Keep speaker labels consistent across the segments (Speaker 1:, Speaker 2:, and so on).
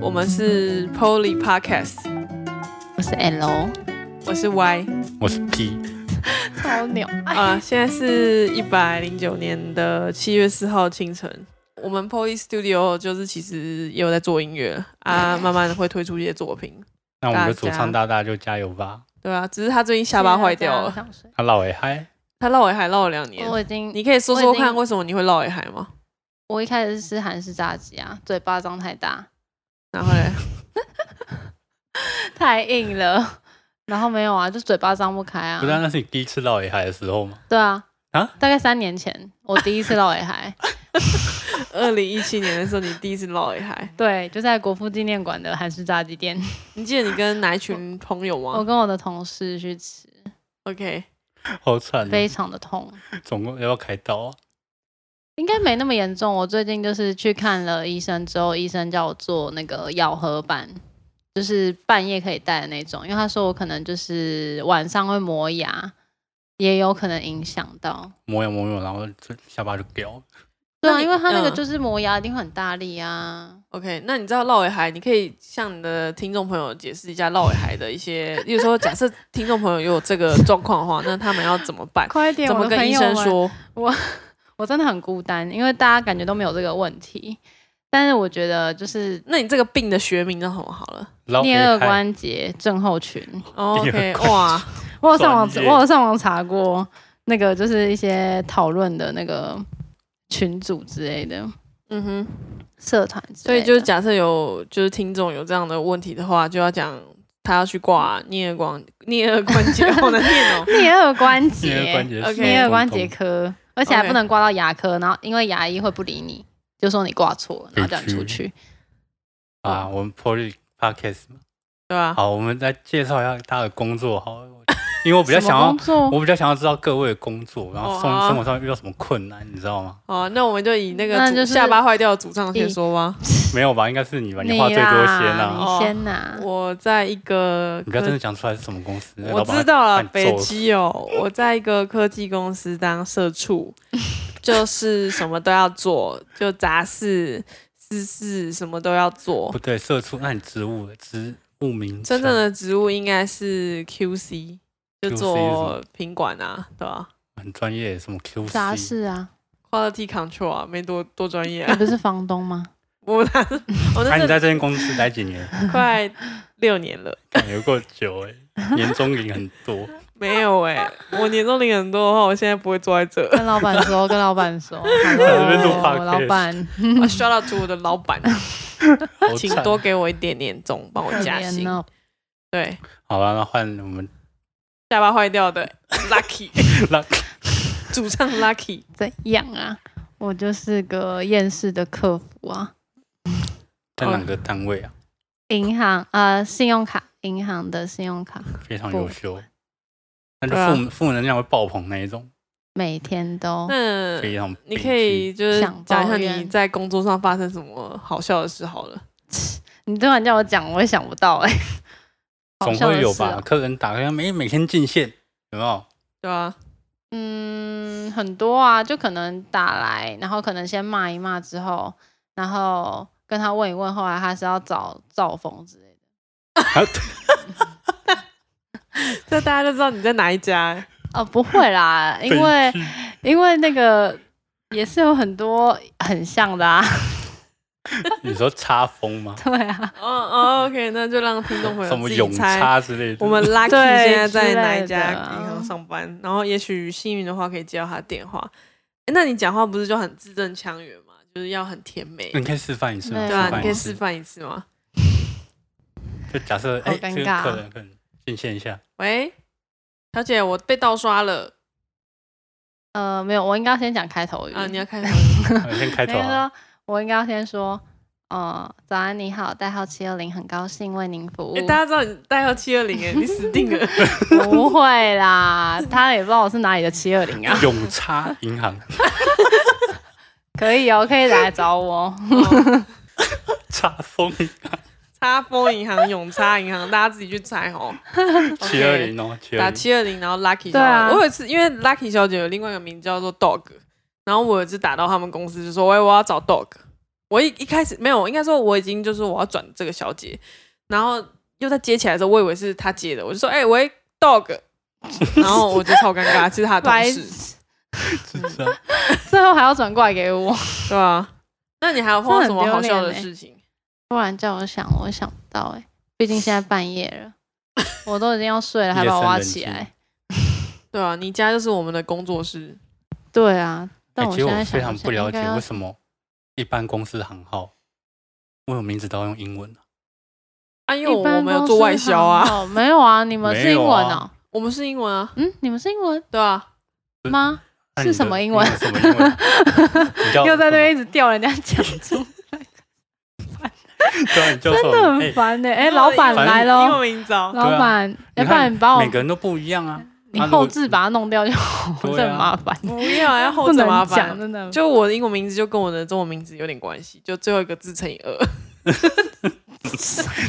Speaker 1: 我们是 Poly Podcast，
Speaker 2: 我是 L，
Speaker 1: 我是 Y
Speaker 3: 我是 P，
Speaker 2: 超牛，
Speaker 1: 啊、现在是一百零九年的七月四号清晨。我们 Poly Studio 就是其实也有在做音乐 啊，慢慢的会推出一些作品，
Speaker 3: 那我们的
Speaker 1: 大家
Speaker 3: 主唱大大就加油吧，
Speaker 1: 对啊，只是他最近下巴坏掉了，
Speaker 2: 想睡。
Speaker 3: 他老也嗨，
Speaker 1: 他绕尾海绕了两年。
Speaker 2: 啊我已经，
Speaker 1: 你可以说
Speaker 2: 我
Speaker 1: 说
Speaker 2: 已经
Speaker 1: 看为什么你会绕尾海吗？
Speaker 2: 我一开始是吃韩式炸鸡啊，嘴巴张太大，
Speaker 1: 然后嘞，
Speaker 2: 太硬了。 然后没有啊，就嘴巴张不开啊。
Speaker 3: 不知道那是你第一次老也嗨的时候吗？
Speaker 2: 对啊，
Speaker 3: 啊
Speaker 2: 大概三年前 我第一次到尾海，
Speaker 1: 二零一七年的时候你第一次绕尾海，
Speaker 2: 对，就在国父纪念馆的韩式炸鸡店，
Speaker 1: 你记得你跟哪一群朋友
Speaker 2: 我
Speaker 1: 吗
Speaker 2: 跟我的同事去吃，
Speaker 1: ？OK，
Speaker 3: 好惨哦，
Speaker 2: 非常的痛。
Speaker 3: 总共要不要开刀啊？
Speaker 2: 应该没那么严重。我最近就是去看了医生之后，医生叫我做那个咬合板，就是半夜可以戴的那种，因为他说我可能就是晚上会磨牙，也有可能影响到。
Speaker 3: 磨牙磨牙，然后这下巴就掉了。
Speaker 2: 对
Speaker 1: 那
Speaker 2: 啊，
Speaker 1: 你
Speaker 2: 因为他那个
Speaker 1: 嗯
Speaker 2: 就是磨牙一定会很大力啊。
Speaker 1: OK，那你知道绕尾海，你可以向你的听众朋友解释一下绕尾海的一 些，例如说，假设听众朋友有这个状况的话，那他们要怎么 办？
Speaker 2: 快点
Speaker 1: 怎么跟医生？说？
Speaker 2: 我真的很孤单，因为大家感觉都没有这个问题。但是我觉得就是
Speaker 1: 那你这个病的学名叫什么？好 了、
Speaker 3: 老也
Speaker 2: 颞颌
Speaker 3: 嗨，
Speaker 2: 关节症候群，
Speaker 1: o
Speaker 3: 第
Speaker 1: k
Speaker 3: 二 关
Speaker 1: 哇，
Speaker 2: 我有上网，
Speaker 3: 专业
Speaker 2: 我有上网查过那个，就是一些讨论的那个群组之类的
Speaker 1: 嗯哼，
Speaker 2: 社团之
Speaker 1: 所
Speaker 2: 类的，
Speaker 1: 以就是假设有就是听众有这样的问题的话，就要讲他要去挂颞耳光颞耳关节，好难念 哦。
Speaker 2: 颞耳 关节，
Speaker 3: 颞颌关节，
Speaker 1: OK
Speaker 2: 颞耳关节科，而且还
Speaker 1: OK
Speaker 2: 不能挂到牙科，然后因为牙医会不理你，就说你挂错了，然后叫你
Speaker 3: 委屈
Speaker 2: 出去。
Speaker 3: 啊，我们 Poly Podcast 嘛。
Speaker 1: 对吧、
Speaker 3: 好，我们再介绍一下他的工作好了，因为我比较
Speaker 2: 什
Speaker 3: 想
Speaker 2: 么
Speaker 3: 要
Speaker 2: 工，作？
Speaker 3: 我比较想要知道各位的工作，然后生
Speaker 1: 哦好啊
Speaker 3: 生活上遇到什么困难，你知道吗？
Speaker 1: 哦，那我们就以那个
Speaker 2: 那
Speaker 1: 主
Speaker 2: 就是
Speaker 1: 下巴坏掉的主唱先说吧。
Speaker 3: 没有吧？应该是你吧？你
Speaker 2: 你
Speaker 3: 话最多
Speaker 2: 啦
Speaker 3: 先啊。
Speaker 1: 哦
Speaker 2: 你先呐。
Speaker 1: 我在一个
Speaker 3: 你不要
Speaker 1: 科
Speaker 3: 真的讲出来是什么公司，那
Speaker 1: 我
Speaker 3: 老板
Speaker 1: 知道了，
Speaker 3: 把你
Speaker 1: 北
Speaker 3: 揍死
Speaker 1: 基哦，我在一个科技公司当社畜，就是什么都要做，就杂事、私事什么都要做
Speaker 3: 不。对，社畜，那你职务职务名
Speaker 1: 哦真正
Speaker 3: 称
Speaker 1: 的职务应该是 QC，就
Speaker 3: QC 是
Speaker 1: 做品管啊，对吧、
Speaker 3: 很专业，什么 QC
Speaker 2: 杂事啊，
Speaker 1: Quality control 啊，没多多专业、
Speaker 2: 你
Speaker 1: 啊。
Speaker 2: 不是房东吗？
Speaker 1: 我们 我
Speaker 3: 那、啊你
Speaker 1: 那
Speaker 3: 在
Speaker 1: 是
Speaker 3: 这间公司待几年？
Speaker 1: 快六年了，
Speaker 3: 干有够久哎、年终领很 多。
Speaker 1: 没有哎、我年终领很多的话，我现在不会坐在这。
Speaker 2: 跟老板说，跟老板 说，
Speaker 3: 这边录
Speaker 2: Hello，
Speaker 3: podcast
Speaker 2: 老 板，
Speaker 1: 我 shout out to 我的老板，
Speaker 3: 好
Speaker 1: 请
Speaker 3: 惨
Speaker 1: 多给我一点年终，帮我
Speaker 2: 可
Speaker 1: 加薪
Speaker 2: 怜。哦。
Speaker 1: 对，
Speaker 3: 好了，那换 我们
Speaker 1: 下巴坏掉 的 Lucky
Speaker 3: 那
Speaker 1: 主唱 Lucky，
Speaker 2: 怎样啊？我就是个厌世的客服啊，
Speaker 3: 在哪个单位啊？
Speaker 2: 银行呃，信用卡，银行的信用卡，
Speaker 3: 非常优秀，那
Speaker 1: 对啊
Speaker 3: 就负负能量会爆棚那一种，
Speaker 2: 每天都
Speaker 1: 那
Speaker 3: 非常
Speaker 1: 呃你
Speaker 3: 悲
Speaker 1: 可以
Speaker 3: 剧
Speaker 1: 就是
Speaker 2: 想
Speaker 1: 讲一
Speaker 2: 抱
Speaker 1: 下
Speaker 2: 怨
Speaker 1: 你在工作上发生什么好笑的事好了。
Speaker 2: 你突然叫我讲，我也想不到哎、好
Speaker 3: 总
Speaker 2: 笑的
Speaker 3: 会有
Speaker 2: 事
Speaker 1: 啊
Speaker 3: 吧？
Speaker 2: 哦
Speaker 3: 客人打开每每天进线有没 有？
Speaker 1: 对啊，
Speaker 2: 嗯，很多啊，就可能打来，然后可能先骂一骂之后，然后跟他问一问，后来他是要找造风之类的。
Speaker 3: 啊
Speaker 1: 这大家就知道你在哪一家。
Speaker 2: 哦，不会 啦，因为
Speaker 3: 悲剧
Speaker 2: 因为那个也是有很多很像的啊，
Speaker 3: 你说插 风吗？
Speaker 2: 对啊，
Speaker 1: 哦哦，OK，那就让听众朋
Speaker 3: 什
Speaker 1: 友
Speaker 3: 么
Speaker 1: 自
Speaker 3: 永
Speaker 1: 己猜。
Speaker 3: 插之类的？
Speaker 1: 我们 Lucky
Speaker 2: 对
Speaker 1: 现在在哪一家
Speaker 2: 之类的啊
Speaker 1: 银行上班？然后也许幸运的话可以接到他的电话。诶那你讲话不是就很字正腔圆吗？就是要很甜美。
Speaker 3: 你可以示范一次吗，
Speaker 2: 对
Speaker 1: 对
Speaker 3: 示
Speaker 1: 啊，你
Speaker 3: 范嗯一
Speaker 1: 可以
Speaker 3: 次
Speaker 1: 示范一次吗？
Speaker 3: 就假设
Speaker 2: 好
Speaker 3: 哎，
Speaker 2: 尴
Speaker 3: 这个
Speaker 2: 尬啊
Speaker 3: 客人可能进线一下，
Speaker 1: 喂，小姐，我被盗刷了
Speaker 2: 呃，没有，我应该先讲开头语
Speaker 3: 嗯
Speaker 1: 啊！你要开始。
Speaker 3: 我先开
Speaker 2: 那
Speaker 3: 头
Speaker 2: 个
Speaker 3: 啊好了。
Speaker 2: 说，我应该要先说，呃，早安，你好，代号七二零，很高兴为您服务
Speaker 1: 哎诶。大家知道你代号七二零， 哎，你死定了。
Speaker 2: 不会啦，他也不知道我是哪里的七二零啊。
Speaker 3: 永差银行
Speaker 2: 可以哦，可以来找我。
Speaker 1: 哦
Speaker 3: 插风
Speaker 1: 叉风银行、永叉银行，大家自己去猜哦。
Speaker 3: 七二零哦，七
Speaker 1: 打
Speaker 3: 二零。
Speaker 1: 七二零，然后 Lucky 小姐。
Speaker 2: 对啊
Speaker 1: 我有一次，因为 Lucky 小姐有另外一个名叫做 Dog，然后我有一次打到他们公司就说：“喂，我要找 Dog。”我一一开始没有，应该说我已经就是我要转这个小姐，然后又在接起来的时候，我以为是他接的，我就说：“哎、喂，dog。” 然后我就超尴尬，其实他的同
Speaker 2: 白
Speaker 1: 事，
Speaker 3: 是这样。
Speaker 2: 最后还要转过来给我，
Speaker 1: 对吧、那你还有碰到什么好笑
Speaker 2: 真的很丢
Speaker 1: 的
Speaker 2: 脸欸
Speaker 1: 事情？
Speaker 2: 不然叫我想，我想不到哎、毕竟现在半夜了，我都已经要睡了，还把我挖起
Speaker 3: 夜深人
Speaker 2: 来。
Speaker 1: 对啊，你家就是我们的工作室，
Speaker 2: 对啊，但
Speaker 3: 哎，
Speaker 2: 我
Speaker 3: 其实
Speaker 2: 现
Speaker 3: 我
Speaker 2: 在
Speaker 3: 非
Speaker 2: 想
Speaker 3: 常
Speaker 2: 一
Speaker 3: 不
Speaker 2: 下
Speaker 3: 了
Speaker 2: 应
Speaker 3: 解
Speaker 2: 该要
Speaker 3: 为什么一般公司行号为什么名字都要用英文啊
Speaker 1: 啊，因为
Speaker 2: 一
Speaker 1: 我
Speaker 2: 般
Speaker 1: 们有
Speaker 2: 公
Speaker 1: 做
Speaker 2: 司
Speaker 1: 外销啊，
Speaker 2: 行号，没有啊，你们
Speaker 3: 没
Speaker 2: 是英
Speaker 3: 有
Speaker 2: 文哦、
Speaker 3: 啊
Speaker 1: 我们是英文啊，
Speaker 2: 嗯，你们是英文
Speaker 1: 对啊，
Speaker 3: 不是
Speaker 2: 吗？
Speaker 3: 那
Speaker 2: 是
Speaker 3: 你
Speaker 2: 什
Speaker 3: 的
Speaker 2: 么英
Speaker 3: 你
Speaker 2: 文
Speaker 3: 有什么英 文？啊你叫
Speaker 2: 又在那
Speaker 3: 什么
Speaker 2: 边一直吊人家 讲出，
Speaker 3: 对啊，你叫什
Speaker 2: 真的
Speaker 3: 么？
Speaker 2: 很
Speaker 3: 哎，
Speaker 2: 烦呢、欸。哎、
Speaker 1: 那我
Speaker 2: 老
Speaker 1: 的
Speaker 2: 板
Speaker 1: 英文
Speaker 2: 来
Speaker 1: 英文
Speaker 2: 喽，
Speaker 1: 名字哦
Speaker 2: 老板，要
Speaker 3: 你
Speaker 2: 不然
Speaker 3: 看
Speaker 2: 你把我
Speaker 3: 每个人都不一样啊。
Speaker 2: 你
Speaker 3: 啊如
Speaker 2: 后
Speaker 3: 果
Speaker 2: 置把它弄掉就好，
Speaker 3: 对
Speaker 2: 哦这很
Speaker 3: 啊
Speaker 2: 麻烦，
Speaker 1: 不要，要 后
Speaker 2: 不
Speaker 1: 置
Speaker 2: 能
Speaker 1: 麻
Speaker 2: 讲，
Speaker 1: 烦。啊
Speaker 2: 真 的。
Speaker 1: 就我的英文名字就跟我的中文名字有点关系，就最后一个字乘以二。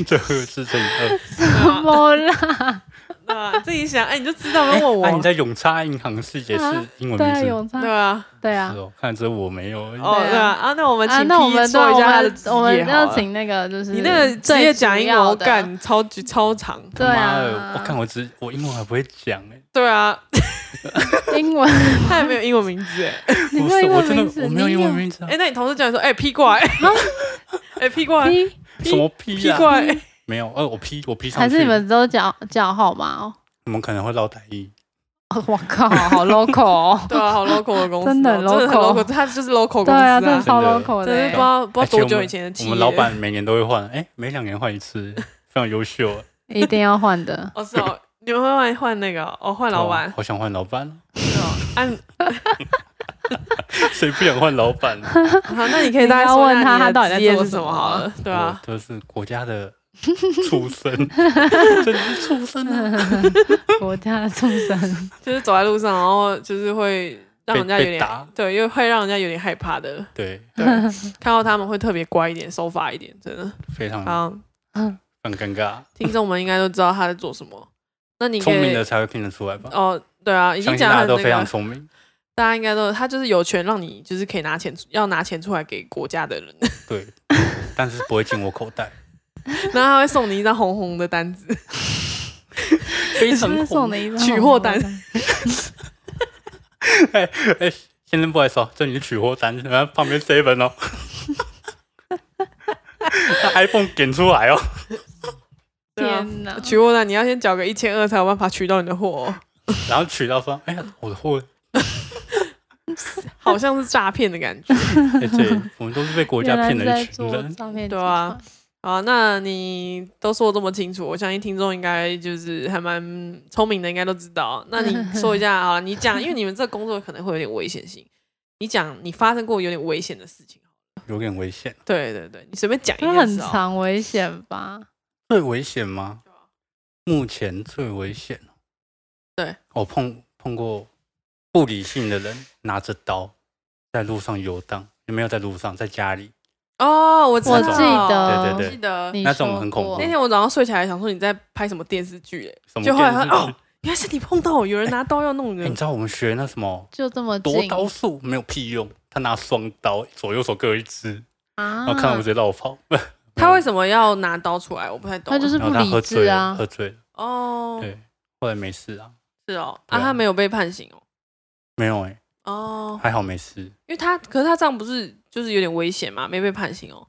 Speaker 3: 最后是乘以二。
Speaker 1: 对吧
Speaker 2: 么 啦？
Speaker 1: 对啊，自己想，哎，你就知道，不
Speaker 3: 哎
Speaker 1: 用 问
Speaker 3: 啊你
Speaker 1: 我。
Speaker 3: 在永差银行是也是
Speaker 2: 啊
Speaker 3: 英文
Speaker 2: 哦对
Speaker 3: 名
Speaker 2: 啊，
Speaker 3: 字？
Speaker 2: 有差
Speaker 1: 对，啊，
Speaker 2: 对啊
Speaker 3: 是。哦，看来只有我没有而已。
Speaker 1: 哦，对啊，啊，那我们
Speaker 2: 啊，
Speaker 1: 请
Speaker 2: 那我
Speaker 1: P
Speaker 2: 们对
Speaker 1: 说一
Speaker 2: 我
Speaker 1: 下他的
Speaker 2: 们
Speaker 1: 职业
Speaker 2: 我们
Speaker 1: 好
Speaker 2: 要
Speaker 1: 了
Speaker 2: 请那个就是
Speaker 1: 你那个职
Speaker 2: 最
Speaker 1: 业
Speaker 2: 主
Speaker 1: 讲英文，
Speaker 2: 要
Speaker 1: 我
Speaker 2: 的
Speaker 1: 干超级超长。
Speaker 2: 对
Speaker 3: 妈的
Speaker 2: 啊，
Speaker 3: 我看我只我英文还不会讲哎，
Speaker 1: 对啊，
Speaker 2: 英文，
Speaker 1: 他也没有英文名字哎。
Speaker 2: 你
Speaker 3: 不
Speaker 2: 没有
Speaker 3: 是
Speaker 2: 英
Speaker 3: 我
Speaker 2: 文
Speaker 3: 真
Speaker 2: 名字，
Speaker 3: 的我没有
Speaker 2: 你
Speaker 3: 英文名字 啊
Speaker 1: 哎，，那你同事叫你说，哎，P 过来，
Speaker 2: 啊
Speaker 1: 哎，P 过来
Speaker 2: 你
Speaker 3: 什么 P
Speaker 1: ，P
Speaker 3: 啊
Speaker 1: 过？来，
Speaker 3: 没有，呃，我 P 我 P 上去，
Speaker 2: 还是你们都叫叫号码 哦？
Speaker 3: 我们可能会绕台一。
Speaker 2: 哦我靠，好 local 哦！
Speaker 1: 对啊，好 local 的公司哦，真
Speaker 2: 真的很 local
Speaker 1: local，他就是 local 公司
Speaker 2: 对啊，
Speaker 1: 啊，
Speaker 2: 真的超
Speaker 3: 真的
Speaker 2: local
Speaker 1: 真是不知
Speaker 2: 的，
Speaker 1: 道不知道
Speaker 3: 而
Speaker 1: 多
Speaker 3: 且啊我们
Speaker 1: 久以前的企业。
Speaker 3: 我们老板每年都会换，哎，每两年换一次，非常优秀。啊
Speaker 2: 一定要换的。
Speaker 1: 哦是哦，你们会换换那个哦哦，换老板
Speaker 3: 哦好想换老板，
Speaker 1: 是哦。按
Speaker 3: 谁不想换老板？啊
Speaker 1: 好，那你可以大概说一下
Speaker 2: 你要问他他
Speaker 1: 你
Speaker 2: 到
Speaker 1: 的
Speaker 2: 底在
Speaker 1: 职业
Speaker 2: 做
Speaker 1: 是
Speaker 2: 什
Speaker 1: 什么
Speaker 2: 么
Speaker 1: 好
Speaker 2: 啊
Speaker 1: 了， 对啊，
Speaker 3: 我就是国家的畜生， 真的是畜生啊！
Speaker 2: 国家的众生，
Speaker 1: 就是走在路上，然后就是会让人家有
Speaker 3: 被被
Speaker 1: 点
Speaker 3: 打
Speaker 1: 对，又会让人家有点害怕 的。
Speaker 3: 对，
Speaker 1: 对，看到他们会特别乖一点，守法一点，真的。
Speaker 3: 非常
Speaker 1: 好，
Speaker 3: 很尴尬，
Speaker 1: 听众们应该都知道他在做什么。那你可
Speaker 3: 聪明的
Speaker 1: 以
Speaker 3: 才会听得出来吧？
Speaker 1: 哦，对啊，已
Speaker 3: 相
Speaker 1: 经
Speaker 3: 信
Speaker 1: 讲
Speaker 3: 大家
Speaker 1: 很那
Speaker 3: 都非常
Speaker 1: 个，
Speaker 3: 聪明，
Speaker 1: 大家应该都他就是有权让你就是可以拿钱出，要拿钱出来给国家的人，
Speaker 3: 对，但是不会进我口袋，
Speaker 1: 然后他会送你一张红红的单子，
Speaker 3: 非
Speaker 2: 是不
Speaker 3: 常
Speaker 2: 是送
Speaker 3: 红。
Speaker 2: 的一张
Speaker 1: 取货单
Speaker 2: 红包
Speaker 3: 哎，先生不好意思哦，这里是取货单，然后旁边 seven 哦，那 iPhone 点出来哦，
Speaker 1: 对啊
Speaker 2: 天哪！
Speaker 1: 取货单你要先缴个一千二才有办法取到你的货哦、
Speaker 3: 然后取到说，哎呀，我的货，
Speaker 1: 好像是诈骗的感 觉
Speaker 3: 哎，对，我们都是被国家骗
Speaker 2: 原
Speaker 3: 的
Speaker 2: 来
Speaker 3: 一
Speaker 2: 是在
Speaker 3: 群
Speaker 2: 做
Speaker 3: 人，
Speaker 2: 诈骗集团，
Speaker 1: 对啊啊。那你都说这么清楚，我相信听众应该就是还蛮聪明的，应该都知道。那你说一下啊，你讲，因为你们这个工作可能会有点危险性，你讲你发生过有点危险的事情。
Speaker 3: 有点危险，
Speaker 1: 对对对，你随便讲一
Speaker 2: 这
Speaker 1: 件
Speaker 2: 很
Speaker 1: 事哦。
Speaker 2: 长危险吧？
Speaker 3: 最危险吗？目前最危险，
Speaker 1: 对
Speaker 3: 我碰碰过不理性的人拿着刀在路上游荡，没有在路上，在家里
Speaker 1: 哦，我知道，
Speaker 2: 我记得，
Speaker 3: 对对对
Speaker 1: 记得
Speaker 2: 你
Speaker 3: 那种
Speaker 2: 说
Speaker 3: 很恐
Speaker 2: 过
Speaker 3: 怖
Speaker 1: 那天我早上睡起来想说你在拍什么电视剧、欸，
Speaker 3: 什么
Speaker 1: 就后来发
Speaker 3: 电
Speaker 1: 现
Speaker 3: 视
Speaker 1: 哦
Speaker 3: 剧。
Speaker 1: 原来是你碰到我，有人拿刀要弄
Speaker 3: 哎你
Speaker 1: 人。
Speaker 3: 知道我们学那什么
Speaker 2: 就这么
Speaker 3: 夺
Speaker 2: 近
Speaker 3: 刀术没有屁用，他拿双刀，左右手各一只，
Speaker 2: 啊
Speaker 3: 然后看到我直接绕跑。
Speaker 1: 他为什么要拿刀出来？我不太懂。
Speaker 2: 那就是
Speaker 3: 然后
Speaker 2: 不
Speaker 3: 他
Speaker 2: 理
Speaker 3: 喝
Speaker 2: 智
Speaker 3: 醉了，
Speaker 2: 啊
Speaker 3: 喝！醉了，
Speaker 1: 哦，
Speaker 3: 对，后来没事啊，
Speaker 1: 是哦，
Speaker 3: 对
Speaker 1: 啊，
Speaker 3: 啊
Speaker 1: 他没有被判刑哦。
Speaker 3: 没有哎，
Speaker 1: 哦，
Speaker 3: 还好没事。
Speaker 1: 因为他，可是他这样不是就是有点危险嘛，没被判刑哦。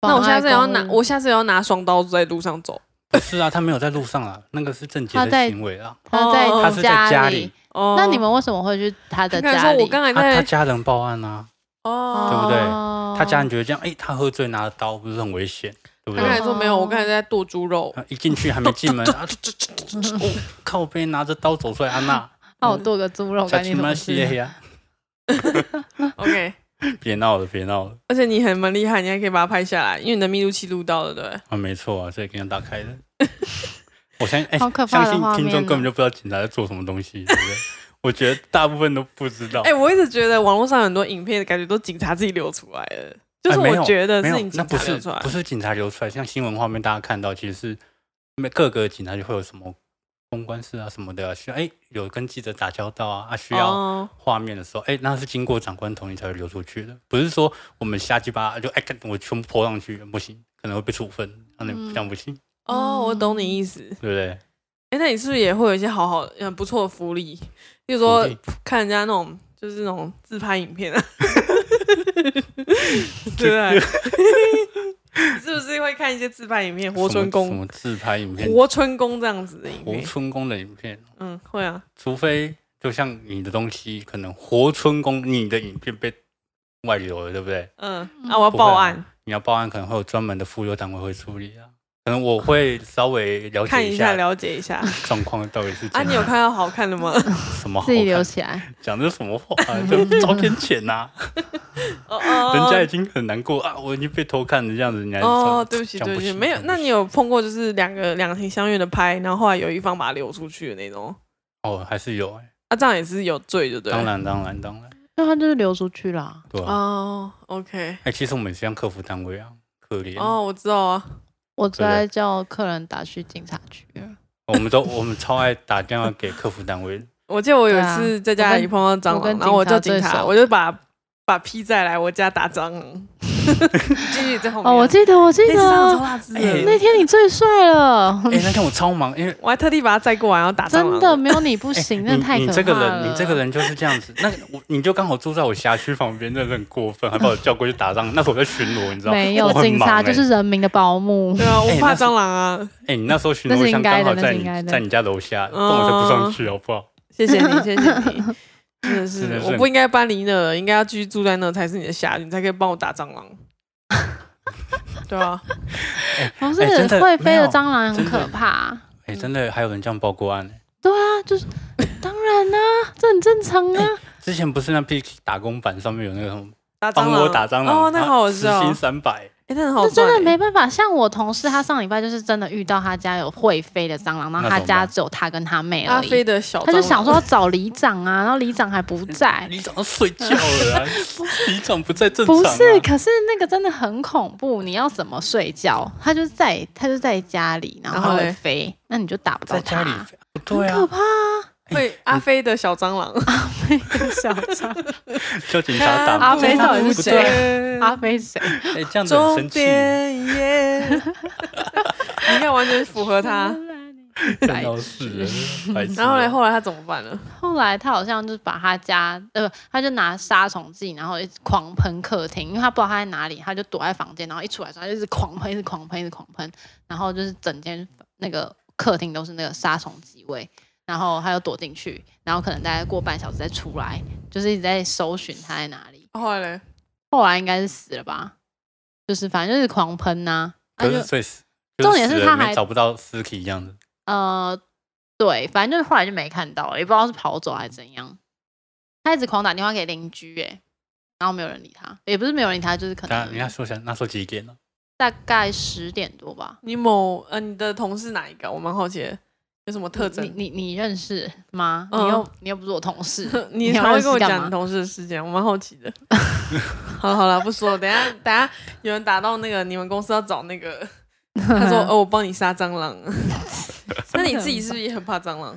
Speaker 2: 妨
Speaker 1: 那我下次也要
Speaker 2: 碍
Speaker 1: 拿，
Speaker 2: 公务
Speaker 1: 我下次也要拿双刀在路上走。
Speaker 3: 不是啊，他没有在路上啊，那个是正
Speaker 2: 他
Speaker 3: 洁
Speaker 2: 在
Speaker 3: 的行为啊。
Speaker 2: 他在
Speaker 1: 哦
Speaker 3: 他是在家里，
Speaker 1: 哦，
Speaker 2: 那你们为什么会去他的
Speaker 1: 你敢
Speaker 2: 家
Speaker 1: 说
Speaker 2: 里？
Speaker 1: 我刚才
Speaker 3: 他他
Speaker 1: 在
Speaker 3: 家人报案啊，
Speaker 1: 哦，
Speaker 3: 对不对
Speaker 2: 哦
Speaker 3: 他家人觉得这样，哎，他喝醉拿着刀不是很危险，对不
Speaker 1: 他刚才
Speaker 3: 对？
Speaker 1: 说没有，我刚才在剁猪 肉。
Speaker 3: 啊一进去还没进门啊，哦靠边拿着刀走出来，安娜，
Speaker 2: 那我剁个猪肉，
Speaker 3: 小
Speaker 2: 赶
Speaker 3: 亲
Speaker 2: 紧怎
Speaker 3: 妈
Speaker 2: 么
Speaker 3: 西
Speaker 2: 吃？
Speaker 3: 哎 呀，
Speaker 1: OK，
Speaker 3: 别闹了，别闹了
Speaker 1: 而且你很蛮厉害，你还可以把它拍下来，因为你的密录器录到了，对不对？
Speaker 3: 啊，没错啊，这个给你打 开的。我相信，哎，
Speaker 2: 好可怕
Speaker 3: 相
Speaker 2: 的
Speaker 3: 信
Speaker 2: 画
Speaker 3: 听众
Speaker 2: 面
Speaker 3: 根本
Speaker 2: 哦！
Speaker 3: 就不知道警察在做什么东西，对不对？我觉得大部分都不知道。
Speaker 1: 哎、我一直觉得网络上很多影片，感觉都警察自己流出来的，就是
Speaker 3: 哎没有
Speaker 1: 我觉得
Speaker 3: 没
Speaker 1: 是
Speaker 3: 有
Speaker 1: 你，
Speaker 3: 那
Speaker 1: 警
Speaker 3: 不
Speaker 1: 察
Speaker 3: 是
Speaker 1: 流出来
Speaker 3: 不是警察流出来，像新闻画面大家看到，其实是每各个警察就会有什么公关室啊什么的、啊，需要哎有跟记者打交道啊，啊需要
Speaker 1: 哦
Speaker 3: 画面的时候，哎、那是经过长官同意才会流出去的，不是说我们瞎鸡巴就哎、干我全部泼上去不行，可能会被处分，那你
Speaker 2: 嗯
Speaker 3: 这样不行，
Speaker 1: 哦，我懂你意思。
Speaker 3: 对不对？
Speaker 1: 哎、那你是不是也会有一些好好、很不错的福利？比如
Speaker 3: 说
Speaker 1: 说看人家那种就是那种自拍影 片啊，对不对？你是不是会看一些自拍影片？活春
Speaker 3: 什么
Speaker 1: 宫、
Speaker 3: 自拍影片，
Speaker 1: 活春宫这样子的影
Speaker 3: 活
Speaker 1: 片，
Speaker 3: 春宫的影片，
Speaker 1: 嗯，会啊。
Speaker 3: 除非就像你的东西，可能活春宫你的影片被外流了，对不对？
Speaker 1: 嗯，
Speaker 2: 嗯
Speaker 1: 啊，我要
Speaker 3: 不会啊
Speaker 1: 报案，
Speaker 3: 你要报案，可能会有专门的妇幼单位会处理啊。可能我会稍微了
Speaker 1: 看
Speaker 3: 解
Speaker 1: 一
Speaker 3: 下
Speaker 1: 下，了解一 下。
Speaker 3: 状况到底是
Speaker 1: 啊，
Speaker 3: 怎
Speaker 1: 你有
Speaker 3: 样，
Speaker 1: 看到好看的吗？
Speaker 3: 什么好
Speaker 2: 自己留
Speaker 3: 哦看？
Speaker 2: 起来。
Speaker 3: 讲的什么话、就遭天谴 呐、
Speaker 1: 哦哦，
Speaker 3: 啊 人家已经很难过啊，我已经被偷看了这样子，你还
Speaker 1: 哦，
Speaker 3: 说
Speaker 1: 对不起，
Speaker 3: 讲
Speaker 1: 对
Speaker 3: 不
Speaker 1: 不起，
Speaker 3: 行
Speaker 1: 没有
Speaker 3: 讲。不
Speaker 1: 那你
Speaker 3: 行
Speaker 1: 有碰过就是两个两情相悦的拍，然后后来有一方把它流出去的那种？
Speaker 3: 哦，还是有、欸，
Speaker 1: 啊，这样也是有罪，对不对？
Speaker 3: 当然，当然，当然，
Speaker 2: 那他就是流出去啦。
Speaker 3: 对啊。哎、哎
Speaker 1: 哦，OK，
Speaker 3: 其实我们也是像客服单位啊，可怜，
Speaker 1: 哦，我知道啊，
Speaker 2: 我
Speaker 3: 对
Speaker 2: 最爱叫客人打去警察局了。
Speaker 3: 我们都我们超爱打电话给客服单位的，
Speaker 1: 我记得我有一
Speaker 2: 对啊
Speaker 1: 次在家里碰到蟑
Speaker 2: 我跟
Speaker 1: 螂，然后我叫警
Speaker 2: 警察最
Speaker 1: 察，
Speaker 2: 熟
Speaker 1: 我就把把 P 仔来我家打蟑 螂，继续在后面。啊
Speaker 2: 哦，我记得，我记
Speaker 1: 那次蟑螂超
Speaker 2: 得
Speaker 1: 大只
Speaker 3: 哎
Speaker 1: 的，
Speaker 2: 那天你最帅了，
Speaker 3: 哎、那天我超忙，因为
Speaker 1: 我还特地把它载过来，然后打蟑螂。
Speaker 2: 真的没有你不
Speaker 3: 哎
Speaker 2: 行，
Speaker 3: 你
Speaker 2: 那太
Speaker 3: 你
Speaker 2: 可
Speaker 3: 这个
Speaker 2: 怕了。
Speaker 3: 人，你这个人就是这样子。那我你就刚好住在我辖区旁边，真的很过分，还把我叫过去打仗。那时候我在巡逻，你知道吗？
Speaker 2: 没有
Speaker 3: 我很
Speaker 2: 警
Speaker 3: 忙
Speaker 2: 察
Speaker 3: 欸
Speaker 2: 就是人民的保姆。
Speaker 1: 对啊，我
Speaker 3: 哎
Speaker 1: 怕
Speaker 3: 那是
Speaker 1: 蟑螂啊！
Speaker 3: 哎、你那时候巡
Speaker 2: 那
Speaker 3: 逻
Speaker 2: 是
Speaker 3: 像
Speaker 2: 应该
Speaker 3: 刚
Speaker 2: 的
Speaker 3: 好
Speaker 2: 那
Speaker 3: 在
Speaker 2: 是
Speaker 3: 你
Speaker 2: 应该的哦
Speaker 3: 在你家楼下，不然我才不上去好不好？
Speaker 1: 谢谢你，谢谢 你，真的是
Speaker 3: 真的，是
Speaker 1: 我不应该搬离那儿，应该要继续住在那儿才是你的下，你才可以帮我打蟑螂。对啊，
Speaker 2: 不是
Speaker 3: 哎真的
Speaker 2: 会飞
Speaker 3: 没有
Speaker 2: 的蟑螂很
Speaker 3: 真的
Speaker 2: 可怕。
Speaker 3: 哎、真的还有人这样报过案、欸。
Speaker 2: 对啊，就是当然啦、这很正常
Speaker 3: 哎
Speaker 2: 啊。
Speaker 3: 之前不是那批打工版上面有那个什么
Speaker 1: 打蟑
Speaker 3: 帮
Speaker 1: 螂，
Speaker 3: 我打蟑螂，
Speaker 1: 哦，那个好好
Speaker 3: 时
Speaker 1: 笑
Speaker 3: 薪
Speaker 1: 哦，
Speaker 3: 三百，
Speaker 1: 哎，那很好
Speaker 2: 那
Speaker 1: 赚
Speaker 2: 真的
Speaker 1: 欸，
Speaker 2: 没办法，像我同事，他上礼拜就是真的遇到他家有会飞的蟑螂，然后他家只有他跟他妹
Speaker 1: 阿
Speaker 2: 而
Speaker 1: 飞
Speaker 2: 已。
Speaker 1: 的小蟑
Speaker 2: 他
Speaker 1: 螂，
Speaker 2: 就想说要找里长啊，然后里长还不在。
Speaker 3: 里长都睡觉了、啊， 里长不在正常、啊。
Speaker 2: 不是，可是那个真的很恐怖，你要怎么睡觉？他就在，他就在家里，然后
Speaker 1: 然
Speaker 2: 他
Speaker 1: 后
Speaker 2: 会
Speaker 1: 嘞
Speaker 2: 飞，那你就打不到
Speaker 3: 哦在家
Speaker 2: 他。
Speaker 3: 里不对
Speaker 2: 可
Speaker 3: 啊，
Speaker 2: 怕啊！
Speaker 1: 会阿飞的小蟑螂，
Speaker 2: 小 张
Speaker 3: 叫警察打
Speaker 2: 阿飞到底
Speaker 3: 不
Speaker 2: 是
Speaker 3: 对啊？
Speaker 1: 谁
Speaker 2: 阿飞谁？
Speaker 3: 哎、这样子很
Speaker 1: 终
Speaker 3: 生气。
Speaker 1: 点耶！你看，完全符合 他。
Speaker 3: 看到是人，白痴
Speaker 1: 然后嘞，
Speaker 3: 啊
Speaker 1: 后来他怎么办呢？
Speaker 2: 后来他好像就是把他家，呃，他就拿杀虫剂，然后一直狂喷客厅，因为他不知道他在哪里，他就躲在房间，然后一出来的时候他就一直狂喷，一直狂喷，一直狂喷，然后就是整间那个客厅都是那个杀虫剂味，然后他又躲进去，然后可能大概过半小时再出来，就是一直在搜寻他在哪里。
Speaker 1: 后来嘞，
Speaker 2: 后来应该是死了吧，就是反正就是狂喷呐、啊，
Speaker 3: 可
Speaker 2: 就是
Speaker 3: 最死，
Speaker 2: 重点是
Speaker 3: 就死了
Speaker 2: 他
Speaker 3: 没
Speaker 2: 还
Speaker 3: 找不到尸体这样子，
Speaker 2: 呃，对，反正就是后来就没看到了，也不知道是跑走还是怎样。他一直狂打电话给邻居，哎，然后没有人理他，也不是没有人理他，就是可
Speaker 3: 他
Speaker 1: 嗯
Speaker 3: 人家
Speaker 2: 能
Speaker 3: 说想那时候几点了？
Speaker 2: 大概十点多吧。
Speaker 1: 你某呃，你的同事哪一个？我蛮好奇的，有什么特征
Speaker 2: 你？你你认识吗？
Speaker 1: 嗯，
Speaker 2: 你又你又不是我同事
Speaker 1: 你
Speaker 2: 要
Speaker 1: 还会
Speaker 2: 认识
Speaker 1: 跟我
Speaker 2: 干
Speaker 1: 讲你
Speaker 2: 嘛
Speaker 1: 同事的事情，我蛮好奇的。 好了好了，不说了，等一下等一下有人打到那个你们公司要找那个，他 说哦，我帮你杀蟑螂。 那你自己是不是也很怕蟑螂？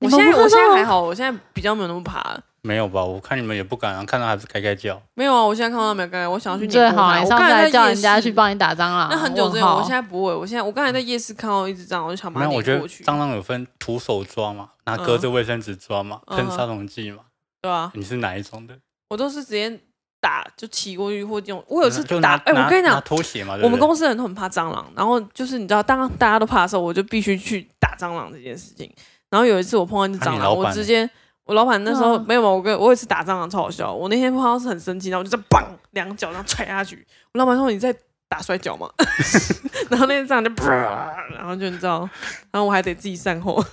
Speaker 2: 你
Speaker 1: 我
Speaker 2: 们
Speaker 1: 现在
Speaker 2: 不怕
Speaker 1: 我现
Speaker 2: 蟑
Speaker 1: 在
Speaker 2: 螂
Speaker 1: 还好，我现在比较没有那么怕了。
Speaker 3: 没有吧？我看你们也不敢啊，看到还是该该叫。
Speaker 1: 没有啊，我现在看到没有？刚才我想要去
Speaker 2: 最
Speaker 1: 碾过
Speaker 2: 好啊，
Speaker 1: 它。
Speaker 2: 你
Speaker 1: 我
Speaker 2: 上
Speaker 1: 刚
Speaker 2: 次
Speaker 1: 才
Speaker 2: 还
Speaker 1: 在
Speaker 2: 叫
Speaker 1: 夜
Speaker 2: 人家去
Speaker 1: 市，
Speaker 2: 帮你打蟑螂，
Speaker 1: 那很久之前，
Speaker 2: 问号
Speaker 1: 我现在不会。我现在我刚才在夜市看到一只蟑螂，我就想把
Speaker 3: 没
Speaker 1: 它
Speaker 3: 有，我觉
Speaker 1: 碾
Speaker 3: 得
Speaker 1: 过去。
Speaker 3: 蟑螂有分徒手抓嘛，拿
Speaker 1: 嗯
Speaker 3: 隔着卫生纸抓嘛，
Speaker 1: 嗯
Speaker 3: 喷杀虫剂嘛。
Speaker 1: 对啊，
Speaker 3: 你是哪一种的？
Speaker 1: 我都是直接打就骑过去或这种。我有一次
Speaker 3: 就
Speaker 1: 打
Speaker 3: 拿，
Speaker 1: 哎，我
Speaker 3: 拿
Speaker 1: 跟你
Speaker 3: 拿
Speaker 1: 讲，
Speaker 3: 拖鞋嘛。对不
Speaker 1: 我们
Speaker 3: 对
Speaker 1: 公司人都很怕蟑螂，然后就是你知道，当大家都怕的时候，我就必须去打蟑螂这件事情。然后有一次我碰到一只
Speaker 3: 那
Speaker 1: 蟑
Speaker 3: 啊你
Speaker 1: 螂，
Speaker 3: 老
Speaker 1: 我
Speaker 3: 板
Speaker 1: 直
Speaker 3: 呢
Speaker 1: 接我老板那时候、
Speaker 2: 嗯
Speaker 1: 没有嘛，我跟我有一次打蟑螂超好笑，我那天碰到是很生气，然后我就在棒两脚这样踹下去，我老板说你在打摔跤吗？ 然后那天蟑螂就啪，然后就你知道，然后我还得自己善后，，